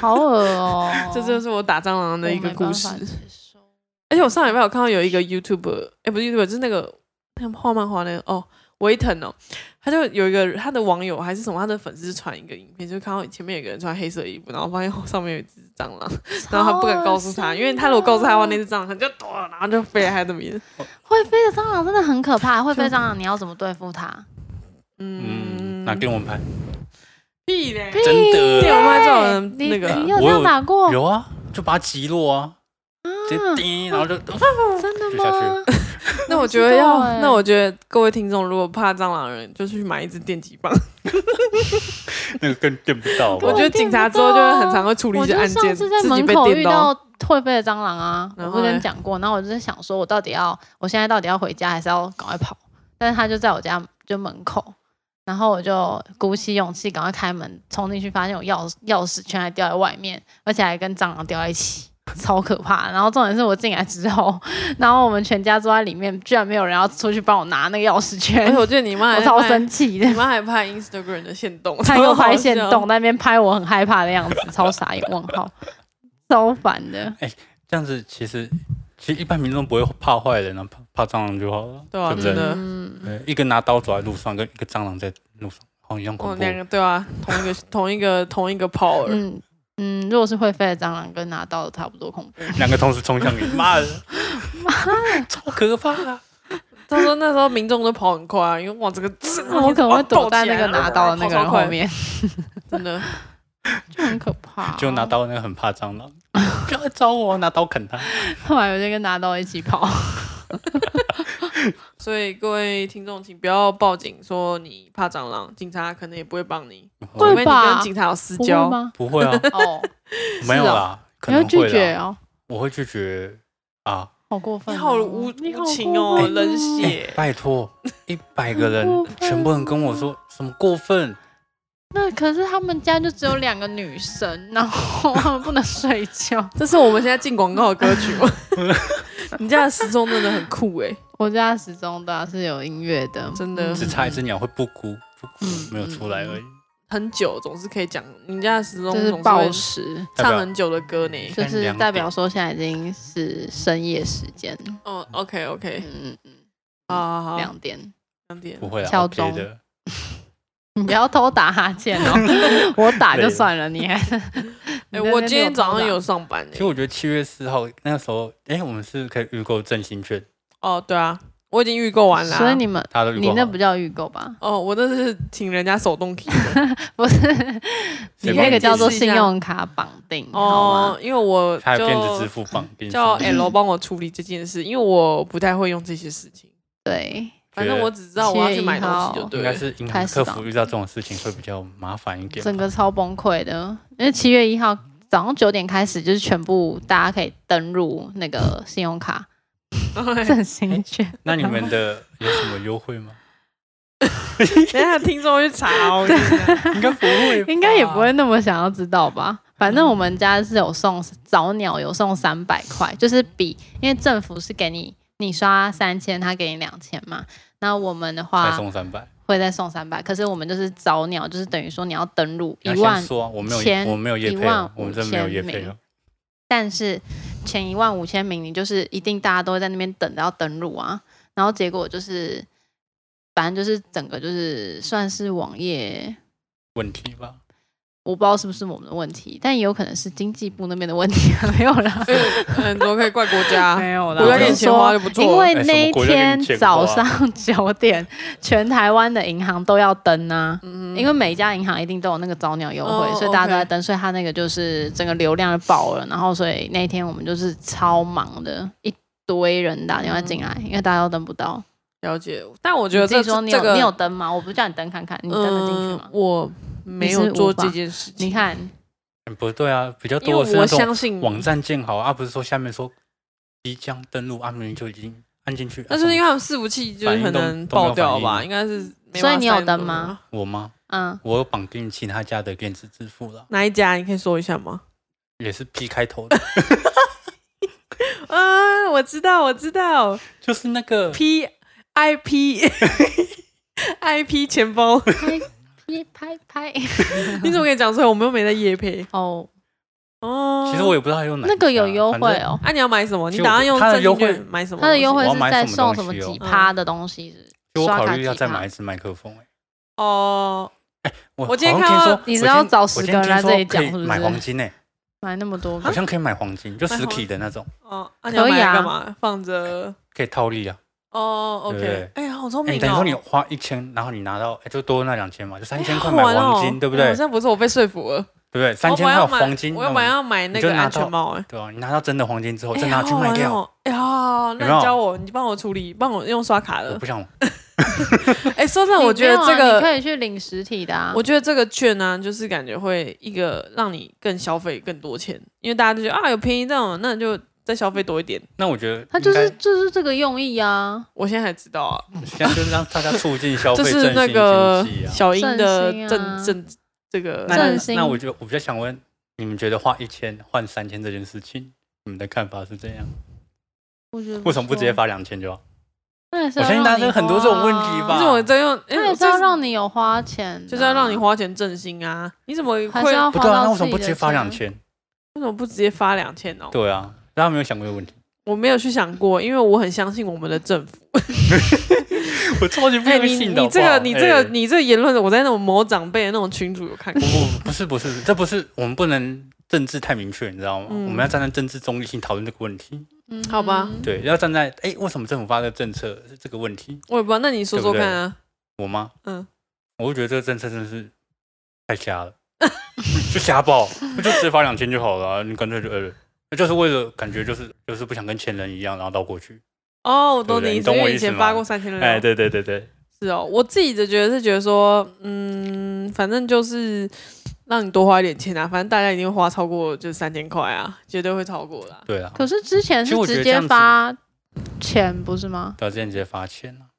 Speaker 2: 好恶哦
Speaker 1: 这就是我打蟑螂的
Speaker 2: 我
Speaker 1: 一个
Speaker 2: 没
Speaker 1: 故
Speaker 2: 办
Speaker 1: 事
Speaker 2: 法。接受
Speaker 1: 而且我上礼拜有看到有一个 YouTuber，哎、不是 YouTuber，就是那个那个画漫画那个哦，维腾哦，他就有一个他的网友还是什么，他的粉丝传一个影片，就看到前面有个人穿黑色衣服，然后发现上面有一只蟑螂，然后他不敢告诉他，因为他如果告诉他的话，那只蟑螂可能就躲，然后就飞来他的面。
Speaker 2: 会飞的蟑螂真的很可怕，会飞蟑螂你要怎么对付它？
Speaker 1: 嗯
Speaker 3: 嗯，拿给我们拍。
Speaker 1: 屁嘞！
Speaker 2: 屁
Speaker 3: 真的
Speaker 1: 电蚊拍这种人
Speaker 2: 你
Speaker 1: 那个
Speaker 2: 你有这样打过？
Speaker 3: 有啊，就把它击落啊，
Speaker 1: 嗯
Speaker 3: 直接叮，然后就
Speaker 2: 真的
Speaker 3: 就下去
Speaker 2: 吗？
Speaker 1: 那我觉
Speaker 2: 不
Speaker 1: 得
Speaker 2: 知道
Speaker 1: 要，
Speaker 2: 欸
Speaker 1: 那我觉得各位听众如果怕蟑螂的人，就去买一支电击棒。
Speaker 3: 那个更电不到吧。
Speaker 1: 我觉得警察之后就会很常会处理一
Speaker 2: 我
Speaker 1: 些
Speaker 2: 就
Speaker 1: 案
Speaker 2: 上
Speaker 1: 件，
Speaker 2: 次在
Speaker 1: 自己
Speaker 2: 门
Speaker 1: 被
Speaker 2: 口
Speaker 1: 电
Speaker 2: 遇到
Speaker 1: 到。
Speaker 2: 会飞的蟑螂啊，
Speaker 1: 然
Speaker 2: 我
Speaker 1: 后
Speaker 2: 不是跟
Speaker 1: 嘞
Speaker 2: 你讲过，然后我就在想说，我到底要，我现在到底要回家还是要赶快跑？但是他就在我家就门口，然后我就鼓起勇气赶快开门冲进去，发现我钥匙钥匙全还掉在外面，而且还跟蟑螂掉在一起。超可怕！然后重点是我进来之后，然后我们全家坐在里面，居然没有人要出去帮我拿那个钥匙
Speaker 1: 而
Speaker 2: 圈
Speaker 1: 哎且，我记得你妈还
Speaker 2: 我
Speaker 1: 在
Speaker 2: 超
Speaker 1: 拍
Speaker 2: 生，气的
Speaker 1: 你。妈还拍 Instagram 的线动，
Speaker 2: 他
Speaker 1: 超
Speaker 2: 又
Speaker 1: 好
Speaker 2: 拍线
Speaker 1: 笑
Speaker 2: 动，在那边拍我很害怕的样子，超傻眼问号， 超烦的。
Speaker 3: 这样子其实其实一般民众不会怕坏人啊，怕怕蟑螂就好了，
Speaker 1: 对啊，
Speaker 3: 不
Speaker 1: 真
Speaker 3: 对？
Speaker 1: 的，
Speaker 2: 嗯，
Speaker 3: 对，呃一个拿刀走在路上，跟一个蟑螂在路上，好一样
Speaker 1: 哦，
Speaker 3: 恐怖
Speaker 1: 两。个对啊，同一个 同一个同一个 power，
Speaker 2: 嗯嗯，如果是会飞的蟑螂，跟拿刀的差不多恐怖。
Speaker 3: 两个同时冲向你，妈的，超可怕啊！
Speaker 1: 他说那时候民众都跑很快啊，因为哇，这个
Speaker 2: 那我可能会躲在那个拿刀的那个人后，面，
Speaker 1: 跑超快真的。
Speaker 2: 就很可怕。
Speaker 3: 就拿，刀那个很怕蟑螂，
Speaker 2: 啊
Speaker 3: 不要来找我，拿刀啃他。
Speaker 2: 后来我就跟拿刀一起 跑。
Speaker 1: 所以各位听众，请不要报警说你怕蟑螂，警察可能也不会帮你，
Speaker 2: 会
Speaker 1: 除非你
Speaker 2: 吧
Speaker 1: 跟警察有私
Speaker 2: 不会
Speaker 1: 交。
Speaker 2: 吗？
Speaker 3: 不会啊，
Speaker 2: 哦，
Speaker 3: 没有啦，可
Speaker 2: 你
Speaker 3: 能
Speaker 2: 会拒
Speaker 3: 啦
Speaker 2: 绝，哦，
Speaker 3: 我会拒绝 啊。
Speaker 2: 好过分
Speaker 1: 你
Speaker 2: 哦！
Speaker 1: 好无
Speaker 2: 你好
Speaker 1: 无情哦
Speaker 2: 过分
Speaker 1: 冷血
Speaker 3: 哎拜托，一百个人
Speaker 2: 好过 分，
Speaker 3: 全部人跟我说什么过分？
Speaker 2: 那 可是他们家就只有两个女生，然后他们不能睡觉。
Speaker 1: 这是我们现在进广告的歌曲吗？你家的时钟真的很酷哎、
Speaker 2: 我家时钟的啊是有音乐的，
Speaker 1: 真的
Speaker 3: 只差一只鸟会不哭，不哭
Speaker 2: 嗯
Speaker 3: 没有出来而已。
Speaker 1: 很久总是可以讲，你家的时钟
Speaker 2: 就
Speaker 1: 总
Speaker 2: 是
Speaker 1: 是
Speaker 2: 报
Speaker 1: 会
Speaker 2: 时，
Speaker 3: 代表
Speaker 1: 唱很久的歌呢。
Speaker 2: 就
Speaker 3: 现在
Speaker 2: 是
Speaker 3: 两
Speaker 2: 代
Speaker 3: 点
Speaker 2: 表说现在已经是深夜时间，
Speaker 1: 哦，OK OK，
Speaker 2: 嗯嗯，
Speaker 1: 好好好，
Speaker 2: 两点。
Speaker 1: 两点
Speaker 3: 不会啊
Speaker 2: 敲
Speaker 3: ，OK 的。
Speaker 2: 你不要偷打哈欠哦， 我打就算了，你还。
Speaker 1: 哎、
Speaker 2: 你在那边
Speaker 1: 我今天早上
Speaker 2: 给
Speaker 1: 有
Speaker 2: 我偷
Speaker 1: 上班
Speaker 3: 其
Speaker 1: 诶、
Speaker 3: 实我觉得七月四号那时候，哎，我们是可以预购振兴券，
Speaker 1: 哦，对啊，我已经预购
Speaker 2: 打
Speaker 1: 完了啊、
Speaker 2: 所以你 们
Speaker 3: 大家都预购
Speaker 2: 你
Speaker 3: 好
Speaker 2: 那
Speaker 3: 了。
Speaker 2: 不叫预购 吧？
Speaker 1: 哦，我那是请人家手动提的。
Speaker 2: 不是，
Speaker 3: 谁
Speaker 2: 你
Speaker 3: 帮
Speaker 2: 那个叫做
Speaker 1: 解释一
Speaker 2: 信
Speaker 1: 下
Speaker 2: 用卡绑定， 好
Speaker 1: 哦
Speaker 2: 吗？，
Speaker 1: 因为我
Speaker 3: 还有电子支
Speaker 1: 就
Speaker 3: 付绑定
Speaker 1: 叫
Speaker 3: 上，
Speaker 1: L 帮我处理这件事，因为我不太会用这些事情。
Speaker 2: 对，
Speaker 1: 反正我只知道我要去买东西就
Speaker 2: 7
Speaker 1: 对
Speaker 3: 应该
Speaker 1: 了。
Speaker 3: 是银
Speaker 2: 开
Speaker 3: 行
Speaker 2: 始
Speaker 3: 客
Speaker 2: 绑
Speaker 3: 服遇到这种事情会比较麻烦一点吧。
Speaker 2: 整个超崩溃的，因为七月一号早上九点开始，就是全部大家可以登录那个信用卡
Speaker 1: 哎
Speaker 2: 振兴券。
Speaker 3: 哎那你们的有什么优惠吗？
Speaker 1: 等一下听众会去查 哦。
Speaker 3: 应该不会吧，
Speaker 2: 应该也不会那么想要知道吧？反正我们家是有送早鸟，有送三百块，就是比因为政府是给你你刷三千，他给你两千嘛。那我们的
Speaker 3: 再
Speaker 2: 话
Speaker 3: 送三百。
Speaker 2: 会再送三百，可是我们就是早鸟，就是等于说你要登录
Speaker 3: 你要
Speaker 2: 一
Speaker 3: 先
Speaker 2: 万，
Speaker 3: 说啊，我没
Speaker 2: 千
Speaker 3: 有，我没有业
Speaker 2: 一
Speaker 3: 配
Speaker 2: 万
Speaker 3: 哦，我们
Speaker 2: 五
Speaker 3: 真的没有
Speaker 2: 千
Speaker 3: 业配
Speaker 2: 名
Speaker 3: 哦。
Speaker 2: 但是前一万五千名你就是一定大家都会在那边等着要登录啊，然后结果就是反正就是整个就是算是网页
Speaker 3: 问题吧。
Speaker 2: 我不知道是不是我们的问题，但也有可能是经济部那边的问题， 没有啦，
Speaker 1: 嗯，怎么可以怪国 家？
Speaker 2: 有
Speaker 1: 国家给你钱花就不错了。
Speaker 2: 因为
Speaker 3: 哎
Speaker 2: 那一
Speaker 3: 什么国家给
Speaker 2: 天
Speaker 3: 你钱花
Speaker 2: 早
Speaker 3: 啊
Speaker 2: 上 九点，全台湾的银行都要登啊，
Speaker 1: 嗯
Speaker 2: 因为每一家银行一定都有那个早鸟优惠，
Speaker 1: 哦
Speaker 2: 所以大家都在
Speaker 1: OK
Speaker 2: 登，所以它那个就是整个流量就爆了，然后所以那一天我们就是超忙的，一堆人打电话进来，因为大家都登不到。
Speaker 1: 了解，但我觉得
Speaker 2: 你自
Speaker 1: 嗯这
Speaker 2: 己说你有、
Speaker 1: 这个
Speaker 2: 你有登吗？我不是叫你登看看，你登得进去吗
Speaker 1: 嗯？我没
Speaker 2: 你
Speaker 1: 有
Speaker 2: 是无
Speaker 1: 做
Speaker 2: 法
Speaker 1: 这件事情。
Speaker 2: 你，看，
Speaker 3: 嗯不对啊，比较
Speaker 1: 因
Speaker 3: 多的是
Speaker 1: 为我
Speaker 3: 那种
Speaker 1: 相信
Speaker 3: 网站建好啊，不是说下面说即将登录，啊，明明就已经按进去。啊
Speaker 1: 那就是因
Speaker 3: 什
Speaker 1: 为
Speaker 3: 么
Speaker 1: 他们伺服器就是可
Speaker 3: 反
Speaker 1: 能
Speaker 3: 应都都
Speaker 1: 爆
Speaker 3: 没有
Speaker 1: 掉
Speaker 3: 反
Speaker 1: 吧，应
Speaker 3: 应
Speaker 1: 该是没办法塞那么多人。
Speaker 2: 所以你有登吗
Speaker 3: 我吗？
Speaker 2: 嗯，
Speaker 3: 我有绑定其他家的电子支付了，
Speaker 1: 哪一家？你可以说一下吗？
Speaker 3: 也是 P 开头的，
Speaker 1: 啊，我知道，我知道
Speaker 3: 就是那个
Speaker 1: ，P I P I P 钱包，
Speaker 2: 拍拍拍拍，
Speaker 1: 你怎么可以讲出来？我们又没在夜配
Speaker 2: 哦，
Speaker 1: 哦。
Speaker 3: 其实我也不知道他用哪
Speaker 2: 那个有优惠
Speaker 3: 哦。
Speaker 2: 哦。
Speaker 1: 啊，你要买什么？
Speaker 3: 其
Speaker 1: 你
Speaker 3: 实
Speaker 1: 打算用
Speaker 3: 我它的
Speaker 1: 正
Speaker 3: 优
Speaker 1: 金
Speaker 3: 惠
Speaker 1: 券买什么东西？
Speaker 2: 它的优惠
Speaker 3: 我要
Speaker 2: 是
Speaker 3: 买
Speaker 2: 在
Speaker 3: 什么
Speaker 2: 送
Speaker 3: 东
Speaker 2: 什么
Speaker 3: 西哦
Speaker 2: 几趴的东西
Speaker 1: 嗯
Speaker 2: 是不是？
Speaker 3: 就我考
Speaker 2: 刷卡
Speaker 3: 虑要
Speaker 2: 几
Speaker 3: 再
Speaker 2: 趴
Speaker 3: 买一支麦克风、欸。
Speaker 1: 哦，
Speaker 3: 我
Speaker 1: 我今天
Speaker 3: 好像
Speaker 1: 看到
Speaker 3: 听说，
Speaker 2: 你
Speaker 3: 我
Speaker 2: 是要
Speaker 3: 今天
Speaker 2: 找
Speaker 3: 我
Speaker 2: 十
Speaker 3: 今
Speaker 2: 个人来
Speaker 3: 天听
Speaker 2: 这
Speaker 3: 说
Speaker 2: 里讲
Speaker 3: 可以
Speaker 2: 是不
Speaker 3: 买
Speaker 2: 是
Speaker 3: 黄
Speaker 1: 啊
Speaker 3: 金呢、欸，
Speaker 2: 买那么多
Speaker 3: 好
Speaker 2: 个，
Speaker 3: 像可以买黄金，就实体的那种，
Speaker 1: 哦，啊、你
Speaker 2: 可
Speaker 1: 要
Speaker 2: 以
Speaker 1: 买来
Speaker 2: 啊
Speaker 1: 干嘛？放着
Speaker 3: 可以套利啊。
Speaker 1: 哦
Speaker 3: 对不对
Speaker 1: ，OK，哎，好聪明
Speaker 3: 哎你
Speaker 1: 哦！
Speaker 3: 等于说你花一千，然后你拿到哎就多那两千嘛，就三
Speaker 1: 哎
Speaker 3: 千
Speaker 1: 好
Speaker 3: 块
Speaker 1: 好
Speaker 3: 买
Speaker 1: 玩哦
Speaker 3: 黄金，对不对？
Speaker 1: 好
Speaker 3: 对
Speaker 1: 像不是我被说服了，
Speaker 3: 不对？三
Speaker 1: 我
Speaker 3: 千
Speaker 1: 本来
Speaker 3: 块有
Speaker 1: 要买
Speaker 3: 黄金，
Speaker 1: 我本来
Speaker 3: 那种
Speaker 1: 要买那
Speaker 3: 你就
Speaker 1: 个
Speaker 3: 拿
Speaker 1: 安全
Speaker 3: 到
Speaker 1: 帽，哎，
Speaker 3: 对啊，你拿到真的黄金之后，
Speaker 1: 哎
Speaker 3: 哦再拿去卖掉，。
Speaker 1: 哎、好好玩哦哎呀，
Speaker 3: 有没
Speaker 1: 那
Speaker 3: 有
Speaker 1: 你教我，你帮我处理，帮我用刷卡
Speaker 3: 我
Speaker 1: 的
Speaker 3: 不。想
Speaker 1: 哎、说真的，
Speaker 2: 你
Speaker 1: 我觉得
Speaker 2: 没有啊
Speaker 1: 这个
Speaker 2: 你，可以去领实体的啊。
Speaker 1: 我觉得这个券呢、就是感觉会一个让你更消费更多钱，因为大家就觉得啊有便宜这种，那你就再消费多一点。
Speaker 3: 那我觉得
Speaker 2: 它就
Speaker 3: 应该
Speaker 2: 是就是这个用意啊，
Speaker 1: 我现在才知道啊，
Speaker 3: 现在就是让大家促进 消费，
Speaker 1: 这
Speaker 3: 振
Speaker 1: 是
Speaker 3: 兴
Speaker 1: 那个
Speaker 3: 经济啊。
Speaker 1: 小英的
Speaker 2: 振兴啊
Speaker 1: 正正这个
Speaker 3: 那
Speaker 2: 振
Speaker 3: 那
Speaker 2: 兴
Speaker 3: 那我觉得我比较想问，你们觉得花一千换三千这件事情，你们的看法是怎样？
Speaker 2: 我觉得
Speaker 3: 为什么不直接
Speaker 2: 发？
Speaker 3: 发两千就好？
Speaker 2: 我
Speaker 3: 我相信大家很多这种问题吧
Speaker 1: 但是我在用，哎、
Speaker 2: 他啊也
Speaker 1: 我
Speaker 2: 是
Speaker 1: 这
Speaker 2: 要让你啊有花钱的啊，
Speaker 1: 就是要让你花钱振兴啊！你怎么会
Speaker 2: 还是要
Speaker 1: 为
Speaker 2: 花
Speaker 3: 不对啊，那
Speaker 2: 到
Speaker 3: 为
Speaker 2: 自
Speaker 3: 什
Speaker 2: 己
Speaker 3: 么不直接
Speaker 2: 的
Speaker 3: 发两
Speaker 2: 钱。
Speaker 3: 千？
Speaker 1: 什么不直接发两千哦？
Speaker 3: 对啊，大家没有想过这个问题。
Speaker 1: 我没有去想过，因为我很相信我们的政府。
Speaker 3: 我超 级 不
Speaker 1: 哎、
Speaker 3: 相
Speaker 1: 你
Speaker 3: 信的。
Speaker 1: 你这
Speaker 3: 好
Speaker 1: 个
Speaker 3: 不好
Speaker 1: 你这个、
Speaker 3: 哎
Speaker 1: 你这个言论，我在那种某长辈的那种群组有 看过。
Speaker 3: 不不不是不是，这不是我们不能政治太明确，你知道吗？
Speaker 1: 嗯
Speaker 3: 我们要站在政治中立性讨论这个问题。
Speaker 2: 嗯
Speaker 1: 好吧
Speaker 3: 对，要站在哎，为什么政府发的政策是这个问题？
Speaker 1: 我也不知道，那你说说看啊。
Speaker 3: 我吗？
Speaker 1: 嗯，
Speaker 3: 我就觉得这个政策真的是太瞎了， 就瞎报，我就直接发两千就好了啊、你干脆就呃，那就是为了感觉就是就是不想跟前人一样，然后倒过去。
Speaker 1: 哦，我懂
Speaker 3: 对
Speaker 1: 你
Speaker 3: 不
Speaker 1: 意思，
Speaker 3: 对你懂
Speaker 1: 因
Speaker 3: 我
Speaker 1: 为
Speaker 3: 意
Speaker 1: 以
Speaker 3: 思
Speaker 1: 前
Speaker 3: 吗
Speaker 1: 发过三千六，
Speaker 3: 哎，对对对对，
Speaker 1: 是哦。我自己的觉得是觉得说，嗯，反正就是让你多花一点钱啊，反正大家一定会花超过就是三千块啊，绝对会超过啦。
Speaker 3: 对啊，
Speaker 2: 可是之前
Speaker 3: 其
Speaker 2: 是
Speaker 3: 实我觉
Speaker 2: 直
Speaker 3: 得这
Speaker 2: 接
Speaker 3: 样子
Speaker 2: 发钱不是吗？
Speaker 3: 对啊，之前直接发钱啊。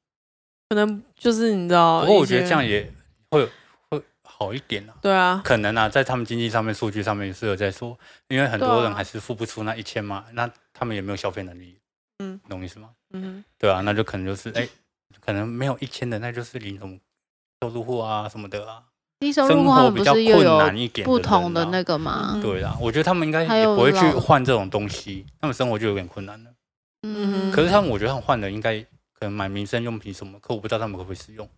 Speaker 1: 可能就是你知道，
Speaker 2: 哦
Speaker 3: 不过我觉得
Speaker 1: 一
Speaker 3: 这
Speaker 1: 些
Speaker 3: 样也会有会好一点啊。
Speaker 1: 对啊，
Speaker 3: 可能啊，在他们经济上面、数据上面也是有在说，因为很多
Speaker 1: 对
Speaker 3: 人
Speaker 1: 啊
Speaker 3: 还是付不出那一千嘛，那他们也没有消费能力，
Speaker 1: 嗯，
Speaker 3: 懂意思吗？
Speaker 1: 嗯
Speaker 3: 对啊，那就可能就是哎、可能没有一千的，那就是零种收入户啊什么的啊，
Speaker 2: 低收入
Speaker 3: 生
Speaker 2: 户他
Speaker 3: 活
Speaker 2: 们
Speaker 3: 比
Speaker 2: 不
Speaker 3: 较
Speaker 2: 是又
Speaker 3: 困
Speaker 2: 有
Speaker 3: 难一点、啊
Speaker 2: 不同的那个吗
Speaker 1: 嗯？
Speaker 3: 对啊，我觉得他们应该
Speaker 2: 还
Speaker 3: 也
Speaker 2: 有
Speaker 3: 不会去
Speaker 2: 老
Speaker 3: 换这种东西，他们生活就有点困难了。
Speaker 1: 嗯
Speaker 2: 嗯，
Speaker 3: 可是他们，我觉得他们换的应该可能买民生用品什么，可我不知道他们会不会使用，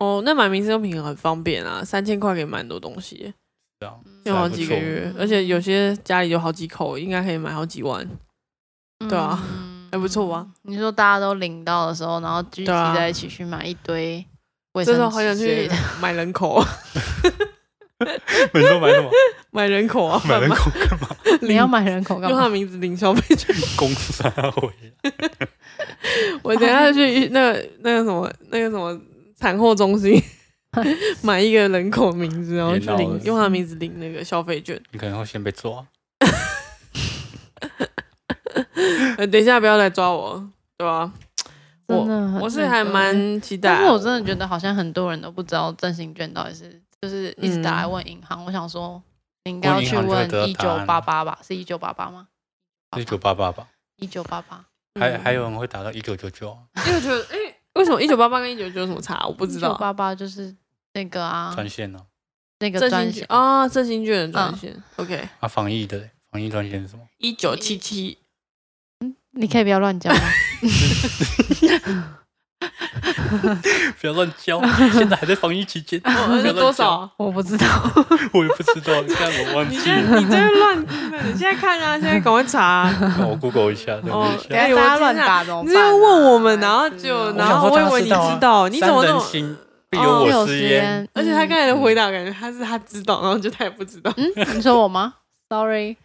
Speaker 1: 哦，那买民生用品很方便啊，三千块可以买很多东西，
Speaker 3: 对啊，
Speaker 1: 用好
Speaker 3: 还不
Speaker 1: 几个
Speaker 3: 错
Speaker 1: 月，
Speaker 2: 嗯
Speaker 1: 而且有些家里有好几口，应该可以买好几万。对 啊
Speaker 2: 嗯
Speaker 1: 还不错啊。
Speaker 2: 你说大家都领到的时候，然后聚集
Speaker 1: 对啊
Speaker 2: 在一起去买一堆卫
Speaker 1: 这时候
Speaker 2: 生
Speaker 1: 好想
Speaker 2: 纸之类
Speaker 1: 去
Speaker 2: 的，
Speaker 1: 买人口，啊
Speaker 3: 你说 买什么？
Speaker 1: 买人口啊，
Speaker 3: 买人
Speaker 1: 贩卖
Speaker 3: 口干嘛？
Speaker 2: 你要买人口干
Speaker 1: 用他的
Speaker 2: 嘛？
Speaker 1: 名字领消费 券。
Speaker 3: 公司啊，我也
Speaker 1: 我等一下去那个那个什么那个什么产货中心 买一个人口名字，然后去
Speaker 3: 别闹了
Speaker 1: 领用他的名字领那个消费券。
Speaker 3: 你可能会先被抓。
Speaker 1: 呃，等一下不要来抓我，对吧、
Speaker 2: 真的很
Speaker 1: 我是还
Speaker 2: 那个
Speaker 1: 蛮期待，
Speaker 2: 嗯
Speaker 1: 啊
Speaker 2: 但是我真的觉得好像很多人都不知道振兴券到底是，就是一直
Speaker 1: 嗯
Speaker 2: 打来问银行。我想说，你应该要
Speaker 3: 问银
Speaker 2: 去
Speaker 3: 行就会
Speaker 2: 问
Speaker 3: 得
Speaker 2: 一
Speaker 3: 到
Speaker 2: 九
Speaker 3: 答案
Speaker 2: 八八吧？是一九八八吗？
Speaker 3: 一九八八吧，
Speaker 2: 一九八八，
Speaker 1: 嗯
Speaker 3: 还还有人会打到一九九九，
Speaker 1: 因为我觉得哎。为什么一九八八跟一九九有什么差？我不知道。
Speaker 2: 八八就是那个啊，
Speaker 3: 专线呢？
Speaker 2: 那个
Speaker 1: 振
Speaker 2: 专
Speaker 1: 兴
Speaker 2: 线嗯
Speaker 1: 券。啊，振兴券的专线。OK，
Speaker 3: 啊，防疫的嘞防疫专线是什么？
Speaker 1: 一九七七。
Speaker 2: 你可以不要乱讲 吗？
Speaker 3: 不要乱教，现在还在防疫期间，
Speaker 1: 哦，
Speaker 3: 不
Speaker 1: 是
Speaker 3: 要乱
Speaker 1: 多
Speaker 3: 教？
Speaker 1: 少？
Speaker 2: 我不知道，
Speaker 3: 我也不知道，看我忘
Speaker 1: 你
Speaker 3: 记
Speaker 1: 现在
Speaker 3: 了，
Speaker 1: 你在乱，你现在看啊，现在赶快查啊、
Speaker 3: 我 Google 一下，对
Speaker 1: 哦
Speaker 3: 不
Speaker 1: 等下
Speaker 3: 起。
Speaker 1: 哎呦
Speaker 2: 大家
Speaker 1: 我
Speaker 2: 乱
Speaker 1: 天哪
Speaker 2: 打怎么
Speaker 1: 你
Speaker 2: 办
Speaker 1: 这
Speaker 2: 啊？
Speaker 1: 样问我们，然后
Speaker 2: 是
Speaker 1: 就
Speaker 2: 哦
Speaker 1: 然后
Speaker 3: 我想说
Speaker 1: 我以为你
Speaker 3: 大家
Speaker 1: 知
Speaker 3: 知道
Speaker 1: 道，你怎么
Speaker 3: 三
Speaker 1: 那
Speaker 3: 人
Speaker 1: 么？
Speaker 3: 心必
Speaker 1: 哦
Speaker 3: 有
Speaker 2: 六
Speaker 3: 我
Speaker 2: 十
Speaker 3: 师焉，
Speaker 2: 元
Speaker 1: 而且他刚才的回答感觉他是他知道，然后就他也不知道。
Speaker 2: 嗯，你说我吗？Sorry，